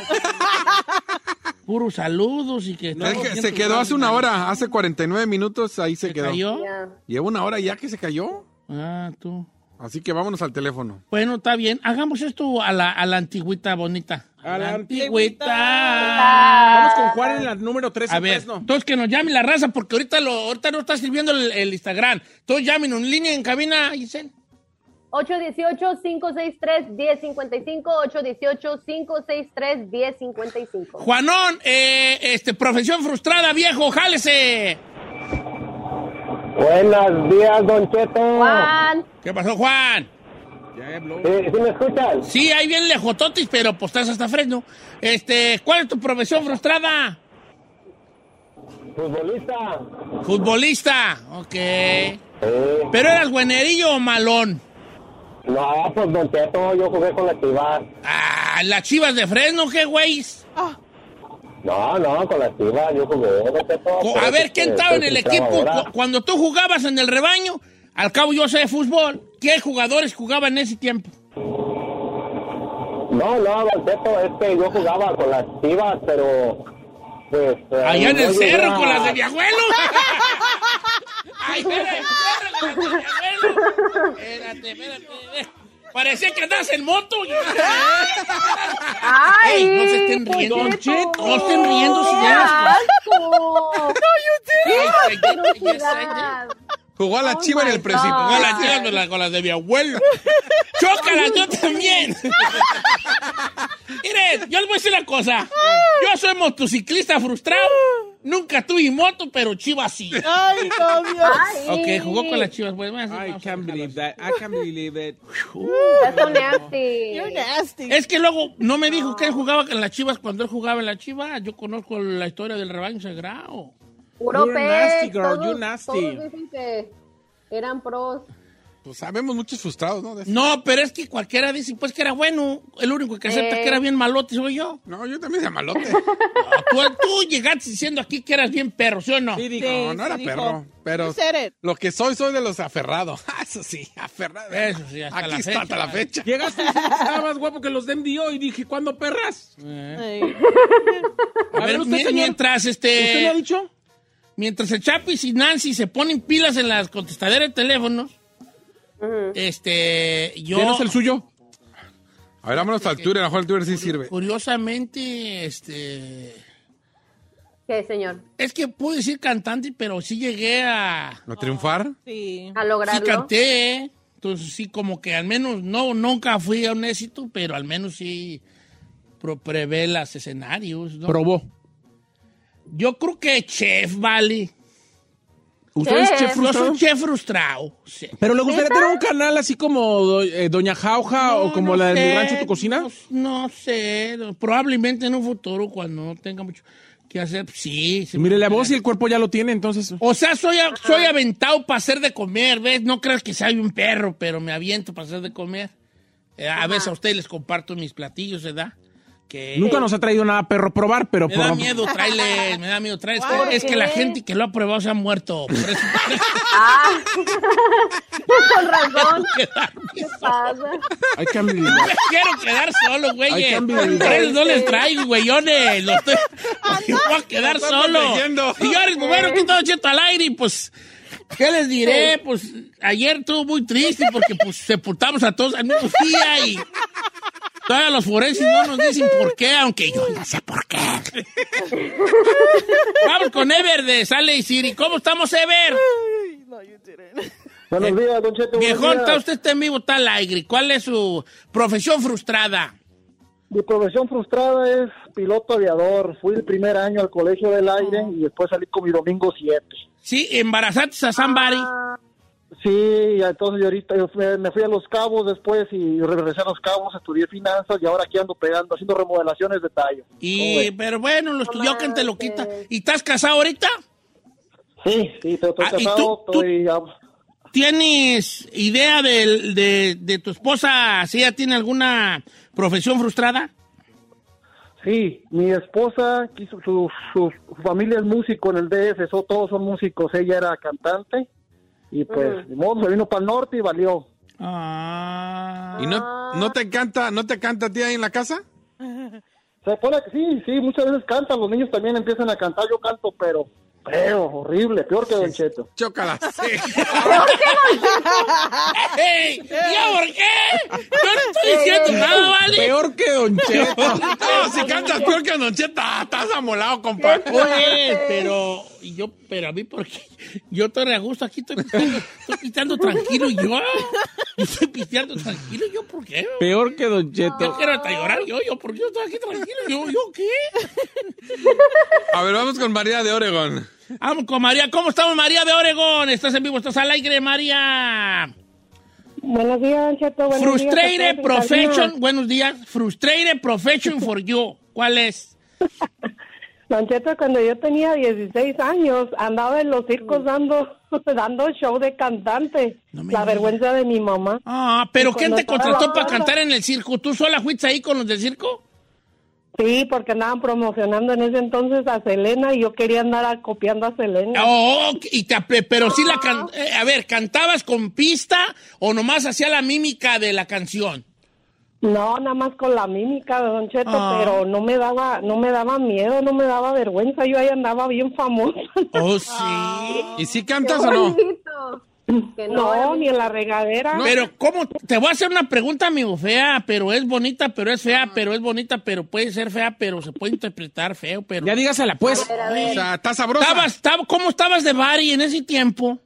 Speaker 1: Puro saludos y que...
Speaker 4: No, es que
Speaker 1: todo
Speaker 4: se
Speaker 1: bien,
Speaker 4: quedó
Speaker 1: todo
Speaker 4: hace una hora, hace 49 minutos, ahí se, quedó.
Speaker 1: cayó?
Speaker 4: Lleva una hora ya que se cayó.
Speaker 1: Ah, tú.
Speaker 4: Así que vámonos al teléfono.
Speaker 1: Bueno, está bien. Hagamos esto a la, a la antigüita bonita. A la antigüita.
Speaker 5: Vamos con Juan en la número 3.
Speaker 1: A ver, entonces que nos llame la raza, porque ahorita, lo, ahorita no está sirviendo el, el Instagram. Entonces llamen en línea en cabina, Giselle.
Speaker 2: 818-563-1055, 818-563-1055.
Speaker 1: Juanón, eh, este, profesión frustrada, viejo, jálese.
Speaker 12: Buenos días, Don Cheto.
Speaker 2: Juan.
Speaker 1: ¿Qué pasó, Juan?
Speaker 12: ¿Sí, sí me escuchan?
Speaker 1: Sí, ahí bien lejototis, pero pues estás hasta fresno. Este, ¿cuál es tu profesión frustrada?
Speaker 12: Futbolista.
Speaker 1: Futbolista, ok. ¿Pero eras buenerillo o malón?
Speaker 12: No, pues Don Cheto, yo jugué con la Chivas.
Speaker 1: Ah, las chivas de fresno, qué güeyes.
Speaker 12: No, no, con la Chivas yo jugué, Don Cheto. Este,
Speaker 1: Co- A ver, ¿quién estaba en el equipo? Cu- Cuando tú jugabas en el rebaño, al cabo yo sé de fútbol, ¿qué jugadores jugaban en ese tiempo?
Speaker 12: No, no, Don Cheto, es que yo jugaba con las Chivas, pero... Pues, eh,
Speaker 1: Allá en
Speaker 12: no
Speaker 1: el
Speaker 12: llegué
Speaker 1: cerro
Speaker 12: a-
Speaker 1: con las de mi
Speaker 12: [LAUGHS]
Speaker 1: abuelo. Ay, espérate, espérate, con las de mi abuelo. Espérate, espérate. eh. Parecía que andas en moto.
Speaker 6: Ay,
Speaker 1: Ey, no se estén
Speaker 6: Don
Speaker 1: riendo.
Speaker 6: Cheto.
Speaker 1: No estén riendo si ya las
Speaker 2: No,
Speaker 1: cosas.
Speaker 4: Jugó a la chiva en el precipicio.
Speaker 1: Con las chivas, con las- con las de mi abuelo. Chócalas, yo también. Mire, yo les voy a decir una cosa. Yo soy motociclista frustrado. Nunca tuve moto, pero chivas sí.
Speaker 3: Ay, no, Dios.
Speaker 1: Ok, jugó con las chivas. Bueno, vamos a-
Speaker 5: I can't believe that. I can't believe it.
Speaker 2: That's so nasty.
Speaker 3: You're nasty.
Speaker 1: Es que luego no me dijo que él jugaba con las chivas cuando él jugaba en las chivas. Yo conozco la historia del rebaño sagrado.
Speaker 2: Puro
Speaker 5: You're
Speaker 2: pez,
Speaker 5: nasty, girl,
Speaker 2: todos-
Speaker 5: you're nasty.
Speaker 2: todos dicen que eran pros.
Speaker 4: Pues sabemos muchos frustrados, ¿no? De-
Speaker 1: No, pero es que cualquiera dice pues que era bueno. El único que acepta
Speaker 2: Eh.
Speaker 1: que era bien malote soy yo. Ah,
Speaker 4: No, yo también de malote.
Speaker 1: Tú, tú llegaste diciendo aquí que eras bien perro, ¿sí o no?
Speaker 4: no, no era perro. Pero lo que soy, soy de los aferrados. [LAUGHS] Ah, Eso sí, aferrado.
Speaker 1: Eso sí, hasta
Speaker 4: Aquí
Speaker 1: la
Speaker 4: está
Speaker 1: fecha,
Speaker 4: hasta la
Speaker 1: vale.
Speaker 4: fecha.
Speaker 5: Llegaste
Speaker 4: [LAUGHS]
Speaker 5: y dijiste que estaba más guapo que los de MDO y dije, ¿cuándo perras?
Speaker 1: A ver,
Speaker 5: usted,
Speaker 1: mi-
Speaker 5: señor.
Speaker 1: mientras este.
Speaker 5: ¿Usted lo ha dicho?
Speaker 1: Mientras el Chapis y Nancy se ponen pilas en las contestaderas de teléfonos, este. Yo.
Speaker 4: ¿Quién es el suyo? A ver, vámonos al Twitter. A lo mejor el Twitter sí sirve.
Speaker 1: Curiosamente, este.
Speaker 2: ¿Qué, señor?
Speaker 1: Es que pude decir cantante, pero sí llegué a.
Speaker 5: Ah.
Speaker 4: ¿No triunfar?
Speaker 3: Sí.
Speaker 2: A
Speaker 1: Sí
Speaker 2: lograrlo.
Speaker 1: canté, ¿eh? entonces sí, como que al menos, no, nunca fui a un éxito, pero al menos sí pro- prevé los escenarios. ¿no?
Speaker 5: Probó.
Speaker 1: Yo creo que chef, vale.
Speaker 5: ¿Usted es
Speaker 1: Chef.
Speaker 5: chef
Speaker 1: Yo
Speaker 5: frustrado?
Speaker 1: soy chef frustrado. sí.
Speaker 5: Pero le gustaría tener un canal así como do- eh, Doña Jauja o como
Speaker 1: no
Speaker 5: la de
Speaker 1: sé,
Speaker 5: mi rancho tu cocina.
Speaker 1: No sé, no- probablemente en un futuro cuando no tenga mucho que hacer, sí. sí
Speaker 5: Mire,
Speaker 1: me Oh,
Speaker 5: la
Speaker 1: gustaría.
Speaker 5: voz y el cuerpo ya lo tiene, entonces.
Speaker 1: O sea, soy, a-
Speaker 5: Ah.
Speaker 1: soy aventado para hacer de comer, ¿ves? No creas que soy un perro, pero me aviento para hacer de comer. Eh, a veces a ustedes les comparto mis platillos, ¿verdad? Que
Speaker 5: Nunca nos ha traído nada perro probar, pero
Speaker 1: me da
Speaker 5: por-
Speaker 1: miedo traerles, me da miedo traerles.
Speaker 2: ¿Por
Speaker 1: Es que
Speaker 2: qué?
Speaker 1: la gente que lo ha probado se ha muerto. Por eso [LAUGHS]
Speaker 2: Ah. Con razón.
Speaker 1: quedarme
Speaker 2: ¿Qué
Speaker 1: solo.
Speaker 2: pasa?
Speaker 5: I can't believe
Speaker 1: No
Speaker 5: it.
Speaker 1: me quiero quedar solo,
Speaker 5: Ay,
Speaker 1: güey.
Speaker 5: cambio de
Speaker 1: Por eso no
Speaker 2: vida.
Speaker 1: les traigo, güeyones. Los estoy- Me [LAUGHS] voy a quedar
Speaker 4: Están
Speaker 1: solo.
Speaker 4: protegiendo.
Speaker 1: Y ahora el gobierno que todo cheto al aire y pues... ¿Qué les diré? Pues ayer estuvo muy triste porque pues sepultamos a todos al mismo día y todavía los forenses no nos dicen por qué, aunque yo ya sé por qué. Vamos con Ever de Sale y Siri. ¿Cómo estamos, Ever?
Speaker 12: Buenos días, Don Cheto. buenos
Speaker 1: Viejón,
Speaker 12: días.
Speaker 1: está usted está en vivo, está al aire. ¿Cuál es su profesión frustrada?
Speaker 12: Mi profesión frustrada es piloto aviador. Fui el primer año al colegio del aire y después salí con mi domingo 7.
Speaker 1: Sí, embarazaste a somebody.
Speaker 12: Sí, y entonces yo ahorita yo fui- me fui a Los Cabos después y regresé a Los Cabos, estudié finanzas y ahora aquí ando pegando, haciendo remodelaciones de tallo. ¿Cómo
Speaker 1: Y,
Speaker 12: ves? eh.
Speaker 1: pero bueno, los tuyocas te lo quita. ¿Y estás casado ahorita?
Speaker 12: Sí, sí, pero estoy
Speaker 1: Ah, ¿y
Speaker 12: casado,
Speaker 1: tú- tú-
Speaker 12: estoy... ah,
Speaker 1: ¿Tienes idea
Speaker 12: [LAUGHS]
Speaker 1: del- de, de tu esposa si ella tiene alguna profesión frustrada?
Speaker 12: Sí, mi esposa, quiso, su, su- su familia es músico en el DF, so- todos son músicos, ella era cantante y pues
Speaker 4: Mm.
Speaker 12: de modo, se vino para el norte y valió.
Speaker 4: ¿Y no, no te canta, no te canta a ti ahí en la casa?
Speaker 12: Se pone que sí, sí, muchas veces cantan, los niños también empiezan a cantar, yo canto, pero feo, horrible, peor que Don Cheto.
Speaker 4: Chócala.
Speaker 1: ¡Ey! ¿Ya por qué? Yo no estoy diciendo nada, ¿vale?
Speaker 5: Peor que Don Cheto.
Speaker 4: [LAUGHS] No, si cantas peor que Don Cheto, ah, estás amolado, compa.
Speaker 5: Pues,
Speaker 1: Oye, pero y yo, pero a mí porque yo estoy a gusto aquí, estoy pisteando, estoy pisteando tranquilo y yo. [LAUGHS] Yo estoy pisteando tranquilo, yo por qué?
Speaker 5: [LAUGHS] Peor que Don
Speaker 1: Yo
Speaker 5: Cheto.
Speaker 1: quiero hasta llorar, yo, yo, ¿por qué yo estoy aquí tranquilo? Yo, ¿yo qué?
Speaker 4: A ver, vamos con María de Oregón.
Speaker 1: Vamos con María, ¿cómo estamos María de Oregón? Estás en vivo, estás al aire, María.
Speaker 13: Buenos días, Don Cheto. Buenos
Speaker 1: Frustrated
Speaker 13: días a todos en
Speaker 1: profession,
Speaker 13: cabina.
Speaker 1: buenos días. Frustrated profession for you. ¿Cuál es?
Speaker 13: Don Cheto, cuando yo tenía 16 años, andaba en los circos dando, [LAUGHS] dando show de cantante. la vergüenza de mi mamá.
Speaker 1: Ah, ¿Pero quién te contrató para cantar
Speaker 13: en
Speaker 1: en el circo? ¿Tú sola fuiste ahí con los del circo?
Speaker 13: Sí, porque andaban promocionando en ese entonces a Selena y yo quería andar a- copiando a Selena.
Speaker 1: Oh, ok, y te apre- pero sí la can- eh, a ver, ¿cantabas con pista o nomás hacía la mímica de la canción?
Speaker 13: No, nada más con la mímica de Don Cheto,
Speaker 1: Ah.
Speaker 13: pero no me daba, no me daba miedo, no me daba vergüenza, yo ahí andaba bien famosa.
Speaker 1: Oh, sí.
Speaker 4: ¿Y si cantas o no?
Speaker 2: Que
Speaker 13: no,
Speaker 2: era
Speaker 13: ni en la regadera.
Speaker 1: Pero cómo te voy a hacer una pregunta amigo fea, pero es bonita, pero es fea, pero es bonita, pero puede ser fea, pero se puede interpretar feo, pero
Speaker 5: Ya dígasela, pues.
Speaker 1: O sea,
Speaker 4: está sabrosa.
Speaker 1: ¿Cómo estabas de Bari en ese tiempo?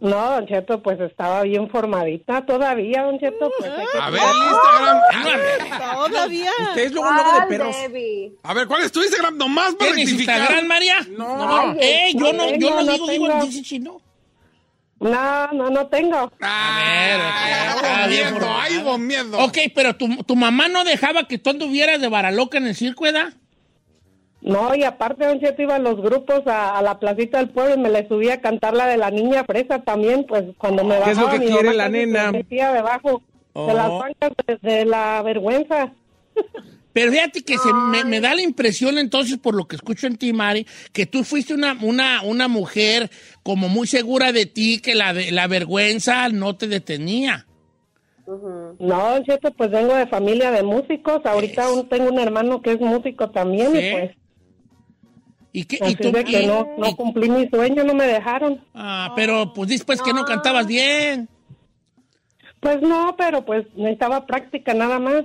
Speaker 13: No, Don Cheto, pues estaba bien formadita todavía, Don Cheto. Pues, hay que-
Speaker 4: A ver, el Instagram.
Speaker 1: Ah,
Speaker 3: Todavía.
Speaker 4: Ustedes luego, luego de
Speaker 2: ¿Cuál,
Speaker 4: perros.
Speaker 2: Debbie?
Speaker 4: A ver, ¿cuál es tu Instagram? Nomás para
Speaker 1: ¿Tienes
Speaker 4: rectificar.
Speaker 1: Instagram, María?
Speaker 4: No.
Speaker 13: Ay,
Speaker 1: Eh, yo no, yo no,
Speaker 13: no
Speaker 1: digo, digo,
Speaker 13: tengo.
Speaker 1: dice chino.
Speaker 13: No, no, no tengo.
Speaker 1: Ah, bien
Speaker 4: miedo,
Speaker 1: formada.
Speaker 4: ay, con miedo.
Speaker 1: Ok, pero tu, tu mamá no dejaba que tú anduvieras de varaloca en el circo, ¿verdad?
Speaker 13: No, y aparte, Don Cheto, iba a los grupos a, a la placita del pueblo y me le subía a cantar la de la niña fresa también, pues cuando me
Speaker 5: ¿Qué
Speaker 13: bajaba.
Speaker 5: es lo que
Speaker 13: mi
Speaker 5: quiere
Speaker 13: mamá
Speaker 5: la
Speaker 13: casi se
Speaker 5: nena?
Speaker 13: metía debajo de las
Speaker 1: Oh.
Speaker 13: bancas de, de la vergüenza.
Speaker 1: Pero fíjate que se me, me da la impresión entonces, por lo que escucho en ti, Mari, que tú fuiste una, una, una mujer como muy segura de ti, que la, de- la vergüenza no te detenía.
Speaker 13: No, Don Cheto, pues vengo de familia de músicos. Ahorita aún tengo un hermano que es músico también
Speaker 1: Sí.
Speaker 13: y pues
Speaker 1: ¿Y qué?
Speaker 13: así
Speaker 1: ¿Y tú?
Speaker 13: de que
Speaker 1: y-
Speaker 13: no, no cumplí mi sueño, no me dejaron.
Speaker 1: Ah, pero pues después que no cantabas bien.
Speaker 13: Pues no, pero pues necesitaba práctica nada más.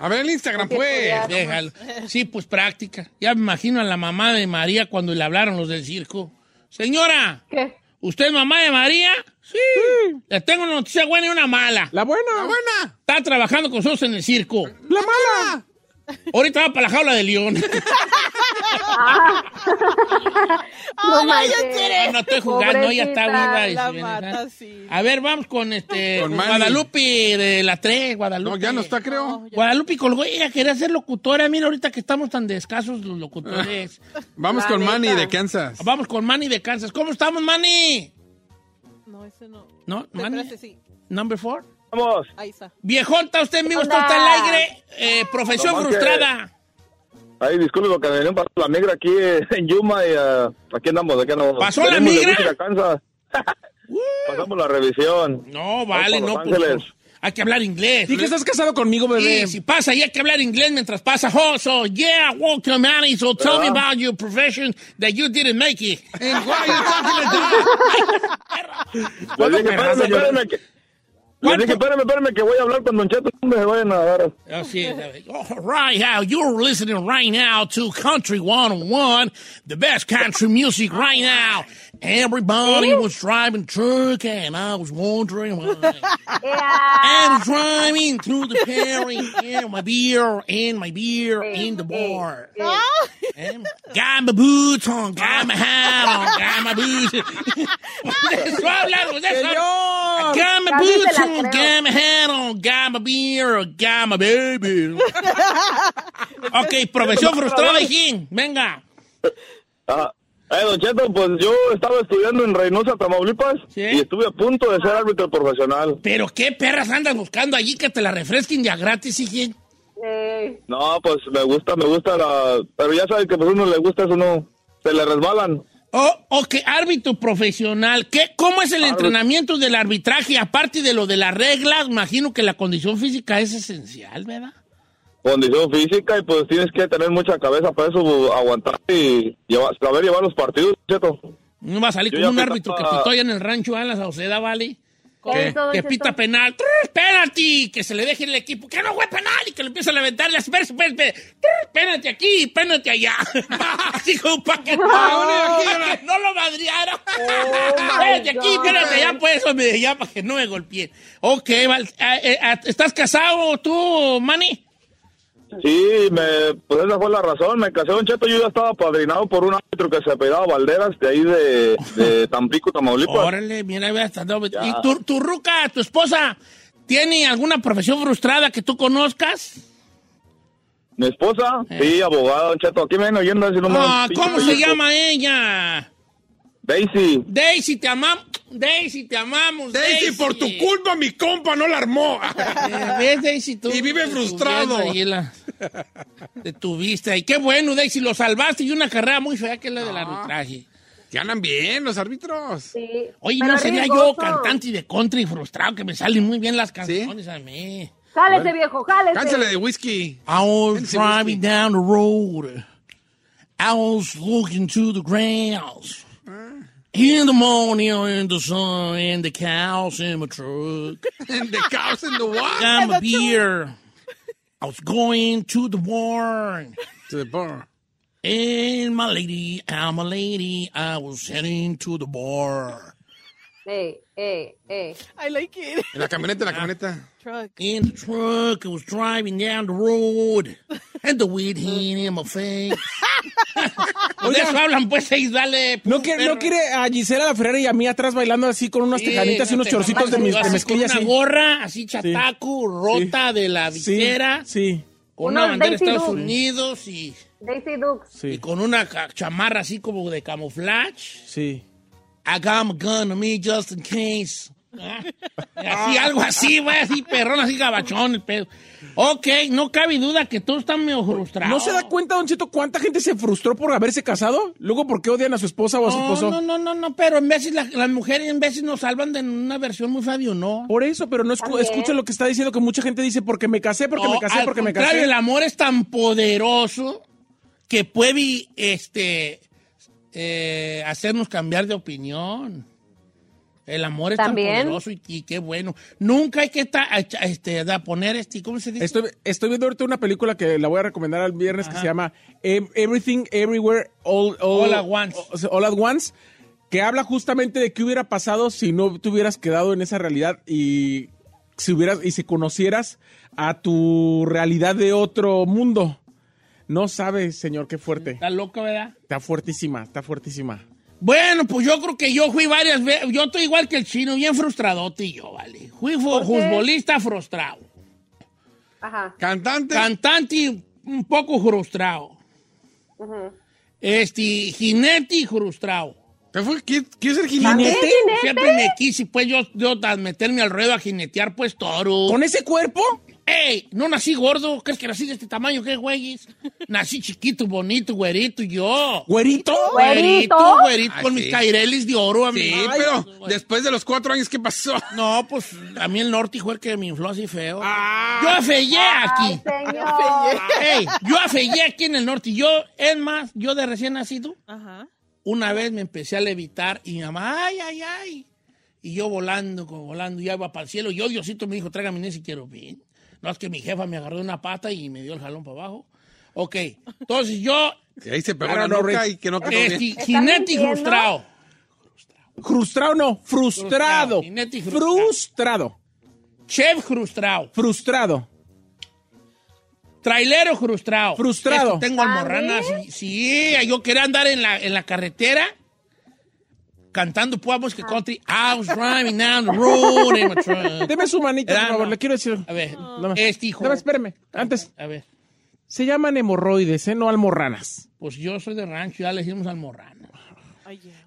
Speaker 4: A ver el Instagram, pues.
Speaker 1: Déjalo. Sí, pues práctica. Ya me imagino a la mamá de María cuando le hablaron los del circo. Señora,
Speaker 2: ¿Qué?
Speaker 1: ¿usted es mamá de María? Sí. Le tengo una noticia buena y una mala.
Speaker 5: La buena.
Speaker 4: La buena.
Speaker 1: Está trabajando con nosotros en el circo.
Speaker 5: La mala.
Speaker 1: Ahorita va para la jaula de León.
Speaker 6: Ah.
Speaker 3: Ahora
Speaker 2: manches.
Speaker 3: ya seré.
Speaker 1: Ah, no estoy jugando, ella está viva. y
Speaker 3: La
Speaker 1: se viene,
Speaker 3: mata,
Speaker 1: ¿sabes?
Speaker 3: sí.
Speaker 1: A ver, vamos con este
Speaker 4: Con
Speaker 1: con
Speaker 4: Manny.
Speaker 1: Guadalupe de la 3, Guadalupe.
Speaker 4: No, ya no está, creo.
Speaker 1: Guadalupe colgó, ella quería ser locutora. Mira, ahorita que estamos tan de escasos los locutores.
Speaker 4: Vamos
Speaker 1: La
Speaker 4: con Manny
Speaker 1: neta.
Speaker 4: de Kansas.
Speaker 1: Vamos con Manny de Kansas. ¿Cómo estamos, Manny?
Speaker 3: No, ese no.
Speaker 1: ¿No? ¿Manny?
Speaker 3: Espérate, sí.
Speaker 1: ¿Number four?
Speaker 12: Vamos.
Speaker 3: Ahí está.
Speaker 1: Viejón, está usted mismo, está
Speaker 3: Hola.
Speaker 1: usted al aire. Eh, profesión
Speaker 12: Nomás que-
Speaker 1: frustrada.
Speaker 12: Ahí disculpe lo que me dieron pasó la migra aquí eh, en Yuma y ah, aquí andamos, aquí andamos.
Speaker 1: ¿Pasó la
Speaker 12: Venimos de
Speaker 1: migra? Uh.
Speaker 12: Wichita,
Speaker 1: [LAUGHS]
Speaker 12: Kansas. Pasamos la revisión.
Speaker 1: No, vale,
Speaker 12: Vamos
Speaker 1: no.
Speaker 12: para Los
Speaker 1: pues,
Speaker 12: Ángeles.
Speaker 1: hay que hablar inglés.
Speaker 5: Di que estás casado conmigo, bebé.
Speaker 1: Y si pasa y hay que hablar inglés mientras pasa. Oh, so yeah, welcome, Manny. So tell
Speaker 12: Ah.
Speaker 1: me about your profession that you didn't make it.
Speaker 4: And
Speaker 12: [LAUGHS]
Speaker 4: why you talking about?
Speaker 12: Le Pues dije, espérame,
Speaker 1: señor?
Speaker 12: espérame. Que... Le dije, espérame, espérame, que voy a hablar con Don Cheto. No me vayan a dar.
Speaker 1: Así es. All right, how you're listening right now to Country 101, the best country music right now. Everybody was driving truck and I was wondering why. I'm driving through the prairie and my beer and my beer in the bar. And got my boots on, got my hat on, got my boots. de eso hablamos, de eso hablamos. Got my
Speaker 6: Casi te
Speaker 1: boots
Speaker 6: la
Speaker 1: on,
Speaker 6: creo.
Speaker 1: got my hat on, got my beer, got my
Speaker 6: [LAUGHS]
Speaker 1: baby. ok, profesión frustrada, Jim. Venga.
Speaker 12: Ah, eh, Don Cheto, pues yo estaba estudiando en Reynosa, Tamaulipas. Y estuve a punto de
Speaker 1: Ah.
Speaker 12: ser árbitro profesional.
Speaker 1: Pero qué perras andas buscando allí que te la refresquen ya gratis, Jim.
Speaker 12: No, pues me gusta, me gusta la... Pero ya sabes que pues uno le gusta, eso no... Se le resbalan.
Speaker 1: Oh, ok, árbitro profesional. ¿Qué, ¿Cómo es el entrenamiento del arbitraje? Aparte de lo de las reglas, imagino que la condición física es esencial, ¿verdad?
Speaker 12: Condición física y pues tienes que tener mucha cabeza para eso, pues, aguantar y llevar, saber llevar los partidos, ¿cierto?
Speaker 1: No va a salir
Speaker 12: Yo
Speaker 1: como
Speaker 12: ya
Speaker 1: un árbitro que
Speaker 12: pensaba-
Speaker 1: pitó allá en el rancho a la Sauceda, ¿vale?
Speaker 12: ¿Qué?
Speaker 1: Que,
Speaker 12: Eso, don
Speaker 1: que
Speaker 12: Cheto.
Speaker 1: pita penal. ¡Trrr! ¡Penalti! Que se le deje el equipo. ¡Que no fue penal! Y que le empieza a levantar las pers, pers, pers. ¡Trrr! ¡Penalti aquí! ¡Penalti allá! [LAUGHS] Así como para que,
Speaker 6: Ah, [LAUGHS]
Speaker 12: [LAUGHS]
Speaker 1: pa' que no lo madriara.
Speaker 6: Oh
Speaker 1: [LAUGHS]
Speaker 6: my
Speaker 1: ¡Penalti aquí!
Speaker 6: God.
Speaker 1: ¡Penalti allá! Pues [LAUGHS] eso me ya para que no me golpeen. Ok, Val. Ah, eh, ah, ¿Estás casado tú, Manny?
Speaker 12: Sí, me, pues esa fue la razón. Me casé un cheto. Yo ya estaba padrinado por un árbitro que se apellidaba Valderas de ahí de,
Speaker 1: [LAUGHS]
Speaker 12: de Tampico, Tamaulipas.
Speaker 1: Órale, mira, ve hasta
Speaker 12: pues.
Speaker 1: dónde-
Speaker 12: Ya.
Speaker 1: ¿Y tu, tu ruca, tu esposa, tiene alguna profesión frustrada que tú conozcas?
Speaker 12: Mi esposa, sí, abogada, don cheto. Aquí me viene oyendo así nomás.
Speaker 1: Eh. Ah, ¿cómo
Speaker 12: Pinche
Speaker 1: se
Speaker 12: cheto.
Speaker 1: llama ella?
Speaker 12: Daisy.
Speaker 1: Daisy, te amamos. Daisy, te amamos. Daisy, por tu culpa mi compa no la [LAUGHS] armó. ¿Ves, Daisy? Tú, y vive
Speaker 4: frustrado.
Speaker 1: Te tuviste. Y qué bueno, Daisy, lo salvaste. Y una carrera muy fea que es la del arbitraje.
Speaker 4: Que andan bien los árbitros.
Speaker 2: Sí.
Speaker 1: Oye,
Speaker 2: Pero
Speaker 1: no
Speaker 2: es
Speaker 1: sería yo
Speaker 2: riesgoso.
Speaker 1: cantante de country frustrado, que me salen muy bien las canciones a mí.
Speaker 2: Jálese, viejo, jálese.
Speaker 1: whisky. I was driving down the road. I was looking to the grass. In the morning, in the sun, in the cows in my [LAUGHS] truck.
Speaker 4: And the cows in the what?
Speaker 1: I'm a beer. I was going to the barn. To the bar. And my lady, I'm a lady. I was heading to the bar.
Speaker 2: Ey, ey, ey.
Speaker 3: I like it.
Speaker 1: En la camioneta, en la camioneta.
Speaker 3: Truck.
Speaker 1: In the truck, I was driving down the road. And the [LAUGHS] weed hit in my [LAUGHS] face. De eso hablan, pues, seis, dale.
Speaker 5: ¿No, que, ¿No quiere a Gisela la Ferrera y a mí atrás bailando así con unas
Speaker 1: Sí,
Speaker 5: tejanitas y unos
Speaker 1: te
Speaker 5: chorcitos de, mis,
Speaker 1: así
Speaker 5: de mezclilla?
Speaker 1: Con
Speaker 5: así?
Speaker 1: una gorra, así chataco,
Speaker 5: Sí.
Speaker 1: rota de la
Speaker 5: Sí,
Speaker 1: visera.
Speaker 5: Sí.
Speaker 1: Con
Speaker 2: Unos
Speaker 1: una bandera de
Speaker 2: 20
Speaker 1: Estados
Speaker 2: looks.
Speaker 1: Unidos y,
Speaker 2: Daisy Dukes.
Speaker 1: y con una ca- chamarra así como de camuflaje.
Speaker 5: Sí.
Speaker 1: I got my gun on me just in case. Ah, Así, algo así, güey, así perrón, así gabachón, el pedo. Ok, no cabe duda que todos están medio frustrados.
Speaker 5: ¿No se da cuenta, Don Cheto, cuánta gente se frustró por haberse casado? Luego, ¿por qué odian a su esposa o a su
Speaker 1: No,
Speaker 5: esposo?
Speaker 1: Oh, no, no, no, no, pero en veces la- las mujeres en veces nos salvan de una versión muy fabio, no.
Speaker 5: Por eso, pero no escu-
Speaker 1: También.
Speaker 5: escucha lo que está diciendo, que mucha gente dice, porque me casé, porque me
Speaker 1: No,
Speaker 5: casé,
Speaker 1: al
Speaker 5: porque me
Speaker 1: contrario,
Speaker 5: casé.
Speaker 1: el amor es tan poderoso que puede este, eh, hacernos cambiar de opinión. El amor es tan
Speaker 5: También.
Speaker 1: poderoso y, y qué bueno. Nunca hay que ta- este, da- poner este, ¿cómo se dice?
Speaker 5: Estoy, estoy viendo ahorita una película que la voy a recomendar al viernes que se llama Ev- Everything, Everywhere, All,
Speaker 1: All at Once.
Speaker 5: All at Once, que habla justamente de qué hubiera pasado si no te hubieras quedado en esa realidad y si hubieras y si conocieras a tu realidad de otro mundo. No sabes, señor, qué fuerte.
Speaker 1: Está loca, ¿verdad?
Speaker 5: Está fuertísima, está fuertísima.
Speaker 1: Bueno, pues yo creo que yo fui varias veces. Yo estoy igual que el chino, bien frustradote y yo, ¿vale? Fui fu-
Speaker 5: qué?
Speaker 1: futbolista frustrado.
Speaker 2: Ajá.
Speaker 1: Cantante. Cantante un poco frustrado.
Speaker 2: ujú.
Speaker 1: Este, jinete y frustrado. ¿Qué fue? ¿Qué, es el
Speaker 2: jinete? ¿También jinete?
Speaker 1: Siempre me quise, pues, yo, yo a meterme al ruedo a jinetear, pues, toro.
Speaker 5: ¿Con ese cuerpo?
Speaker 1: ¡Ey! No nací gordo. ¿Crees que nací de este tamaño? ¿Qué, güeyes? Nací chiquito, bonito, güerito, yo.
Speaker 5: ¿Güerito?
Speaker 1: Güerito,
Speaker 4: ¿Güerito?
Speaker 1: güerito,
Speaker 4: Ay,
Speaker 1: con
Speaker 4: Ah, sí.
Speaker 1: mis cairelis de oro, amigo.
Speaker 4: Sí,
Speaker 1: Ay,
Speaker 4: pero
Speaker 1: güey.
Speaker 4: después de los cuatro años, ¿qué pasó? [LAUGHS]
Speaker 1: No, pues a mí el norte fue el que me infló así feo.
Speaker 4: Ah.
Speaker 1: yo afeillé aquí. Ey, yo afeillé aquí en el norte. Y Yo, es más, yo de recién nacido,
Speaker 3: Ajá.
Speaker 1: una vez me empecé a levitar y mi mamá, ay, ay, ay. Y yo volando, como volando, ya iba para el cielo. Yo, Diosito, me dijo, trágame en ese quiero bien. No, es que mi jefa me agarró de una pata y me dio el jalón para abajo. Ok, entonces yo...
Speaker 4: Y ahí se pegó
Speaker 1: Ahora
Speaker 4: la
Speaker 1: no,
Speaker 4: nuca
Speaker 1: Rick.
Speaker 4: y que no quedó
Speaker 1: Este,
Speaker 4: bien.
Speaker 1: jinete y frustrado.
Speaker 5: Frustrado no,
Speaker 1: Frustrado,
Speaker 5: frustrado.
Speaker 1: jinete y frustrado.
Speaker 5: Frustrado.
Speaker 1: Chef frustrado.
Speaker 5: Frustrado.
Speaker 1: Trailero frustrado.
Speaker 5: Frustrado.
Speaker 1: Es que tengo almorranas. Sí, sí, ah, yo quería andar en la, en la carretera cantando Pueblos que Country. I was driving down the road in my truck.
Speaker 5: Deme su manita,
Speaker 1: Era,
Speaker 5: por favor,
Speaker 1: no.
Speaker 5: le quiero decir.
Speaker 1: A ver,
Speaker 5: Nada más.
Speaker 1: este hijo.
Speaker 5: Nada más, espérame, antes.
Speaker 1: A ver,
Speaker 5: Se llaman hemorroides, ¿eh? No almorranas.
Speaker 1: pues yo soy de rancho, ya le dijimos almorrana.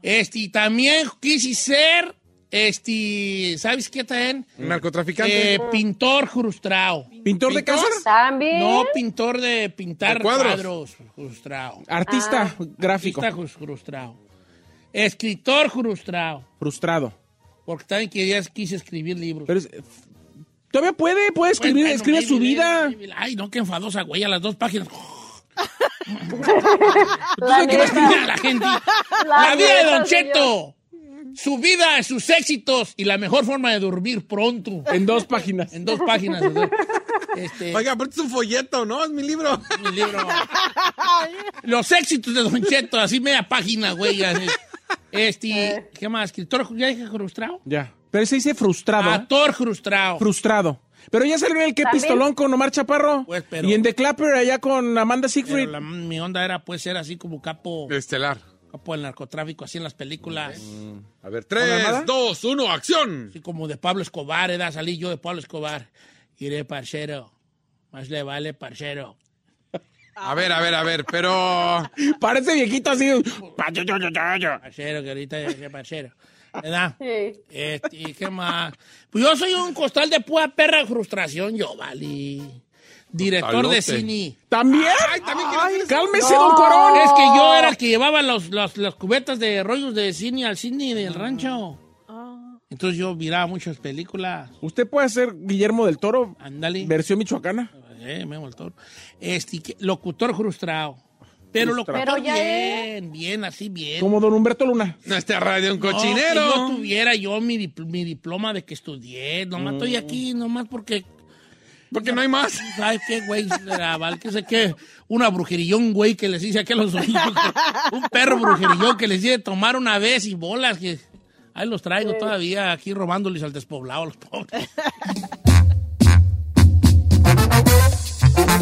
Speaker 1: Este, y también quise ser Este, ¿sabes qué también?
Speaker 4: Narcotraficante.
Speaker 1: Eh, pintor frustrado.
Speaker 5: ¿Pintor de casas?
Speaker 2: También.
Speaker 1: No, pintor de pintar
Speaker 5: ¿De cuadros?
Speaker 1: cuadros. frustrado.
Speaker 5: Artista gráfico.
Speaker 1: Ah, Artista jus- frustrado. Escritor frustrado.
Speaker 5: Frustrado.
Speaker 1: Porque también querías, quise escribir libros.
Speaker 5: Pero es- todavía puede, puede escribir,
Speaker 1: Bueno,
Speaker 5: escribe
Speaker 1: maybe,
Speaker 5: su
Speaker 1: maybe,
Speaker 5: vida.
Speaker 1: maybe. Ay, no, qué enfadosa, güey, a las dos páginas.
Speaker 5: La
Speaker 1: ¿Qué vas
Speaker 5: neta.
Speaker 1: a escribir a la gente? La, vida de
Speaker 2: neta,
Speaker 1: Don Cheto. Su vida, sus éxitos y la mejor forma de dormir pronto.
Speaker 5: En dos páginas.
Speaker 1: En dos páginas. o sea, este,
Speaker 4: Oiga, pero es un folleto, ¿no? Es mi libro.
Speaker 1: mi libro.
Speaker 4: [LAUGHS]
Speaker 1: Los éxitos de Don Cheto, así media página, güey. así. Este, ¿qué más? Escritor, ya dije frustrado.
Speaker 5: Ya. Pero se dice frustrado. ¿eh?
Speaker 1: Actor frustrado.
Speaker 5: Frustrado. Pero ya salió el que
Speaker 1: También.
Speaker 5: pistolón con Omar Chaparro.
Speaker 1: Pues, pero-
Speaker 5: y en The Clapper allá con Amanda Siegfried.
Speaker 1: Pero la- mi onda era, pues, ser así como capo,
Speaker 4: Estelar.
Speaker 1: capo del narcotráfico, así en las películas.
Speaker 4: Mm, A ver,
Speaker 1: Armada?
Speaker 4: 3, 2, 1, acción.
Speaker 1: Así como de Pablo Escobar, era, salí yo de Pablo Escobar. Iré, parcero. Más le vale, parcero.
Speaker 4: A ver, a ver, a ver, pero.
Speaker 5: [LAUGHS] Parece viejito así.
Speaker 1: Parcero, que ahorita iré, parcero. ¿Verdad?
Speaker 2: Sí.
Speaker 1: Este, ¿y ¿Qué más? Pues yo soy un costal de pura perra de frustración, yo, vale. Director de
Speaker 4: Costalote.
Speaker 1: cine.
Speaker 5: ¿También?
Speaker 4: Ay, también quiero hacer eso.
Speaker 5: ¡Cálmese, don Corón!
Speaker 1: Es que yo era el que llevaba los, los- las cubetas de rollos de cine al cine del rancho. Entonces yo miraba muchas películas.
Speaker 5: ¿Usted puede ser Guillermo del Toro,
Speaker 1: Ándale.
Speaker 5: versión michoacana?
Speaker 1: Eh, me hago el toro. Este, que- locutor frustrado. Pero
Speaker 5: Frustrado.
Speaker 1: locutor
Speaker 2: Pero ya
Speaker 1: bien, bien, así bien.
Speaker 5: Como don Humberto Luna.
Speaker 4: Nuestra radio un
Speaker 1: No,
Speaker 4: cochinero.
Speaker 1: si yo tuviera yo mi, dipl- mi diploma de que estudié, nomás estoy aquí, nomás porque...
Speaker 4: Mm. Porque no hay más.
Speaker 1: [LAUGHS] ¿Sabes qué, güey? Era, Val, que sé qué, una brujerillón, güey, que les hice aquí a los
Speaker 4: [LAUGHS]
Speaker 1: oídos. [LAUGHS] Un perro brujerillón que les hice tomar una vez y bolas que... Ahí los traigo todavía aquí robándoles al despoblado a los pobres.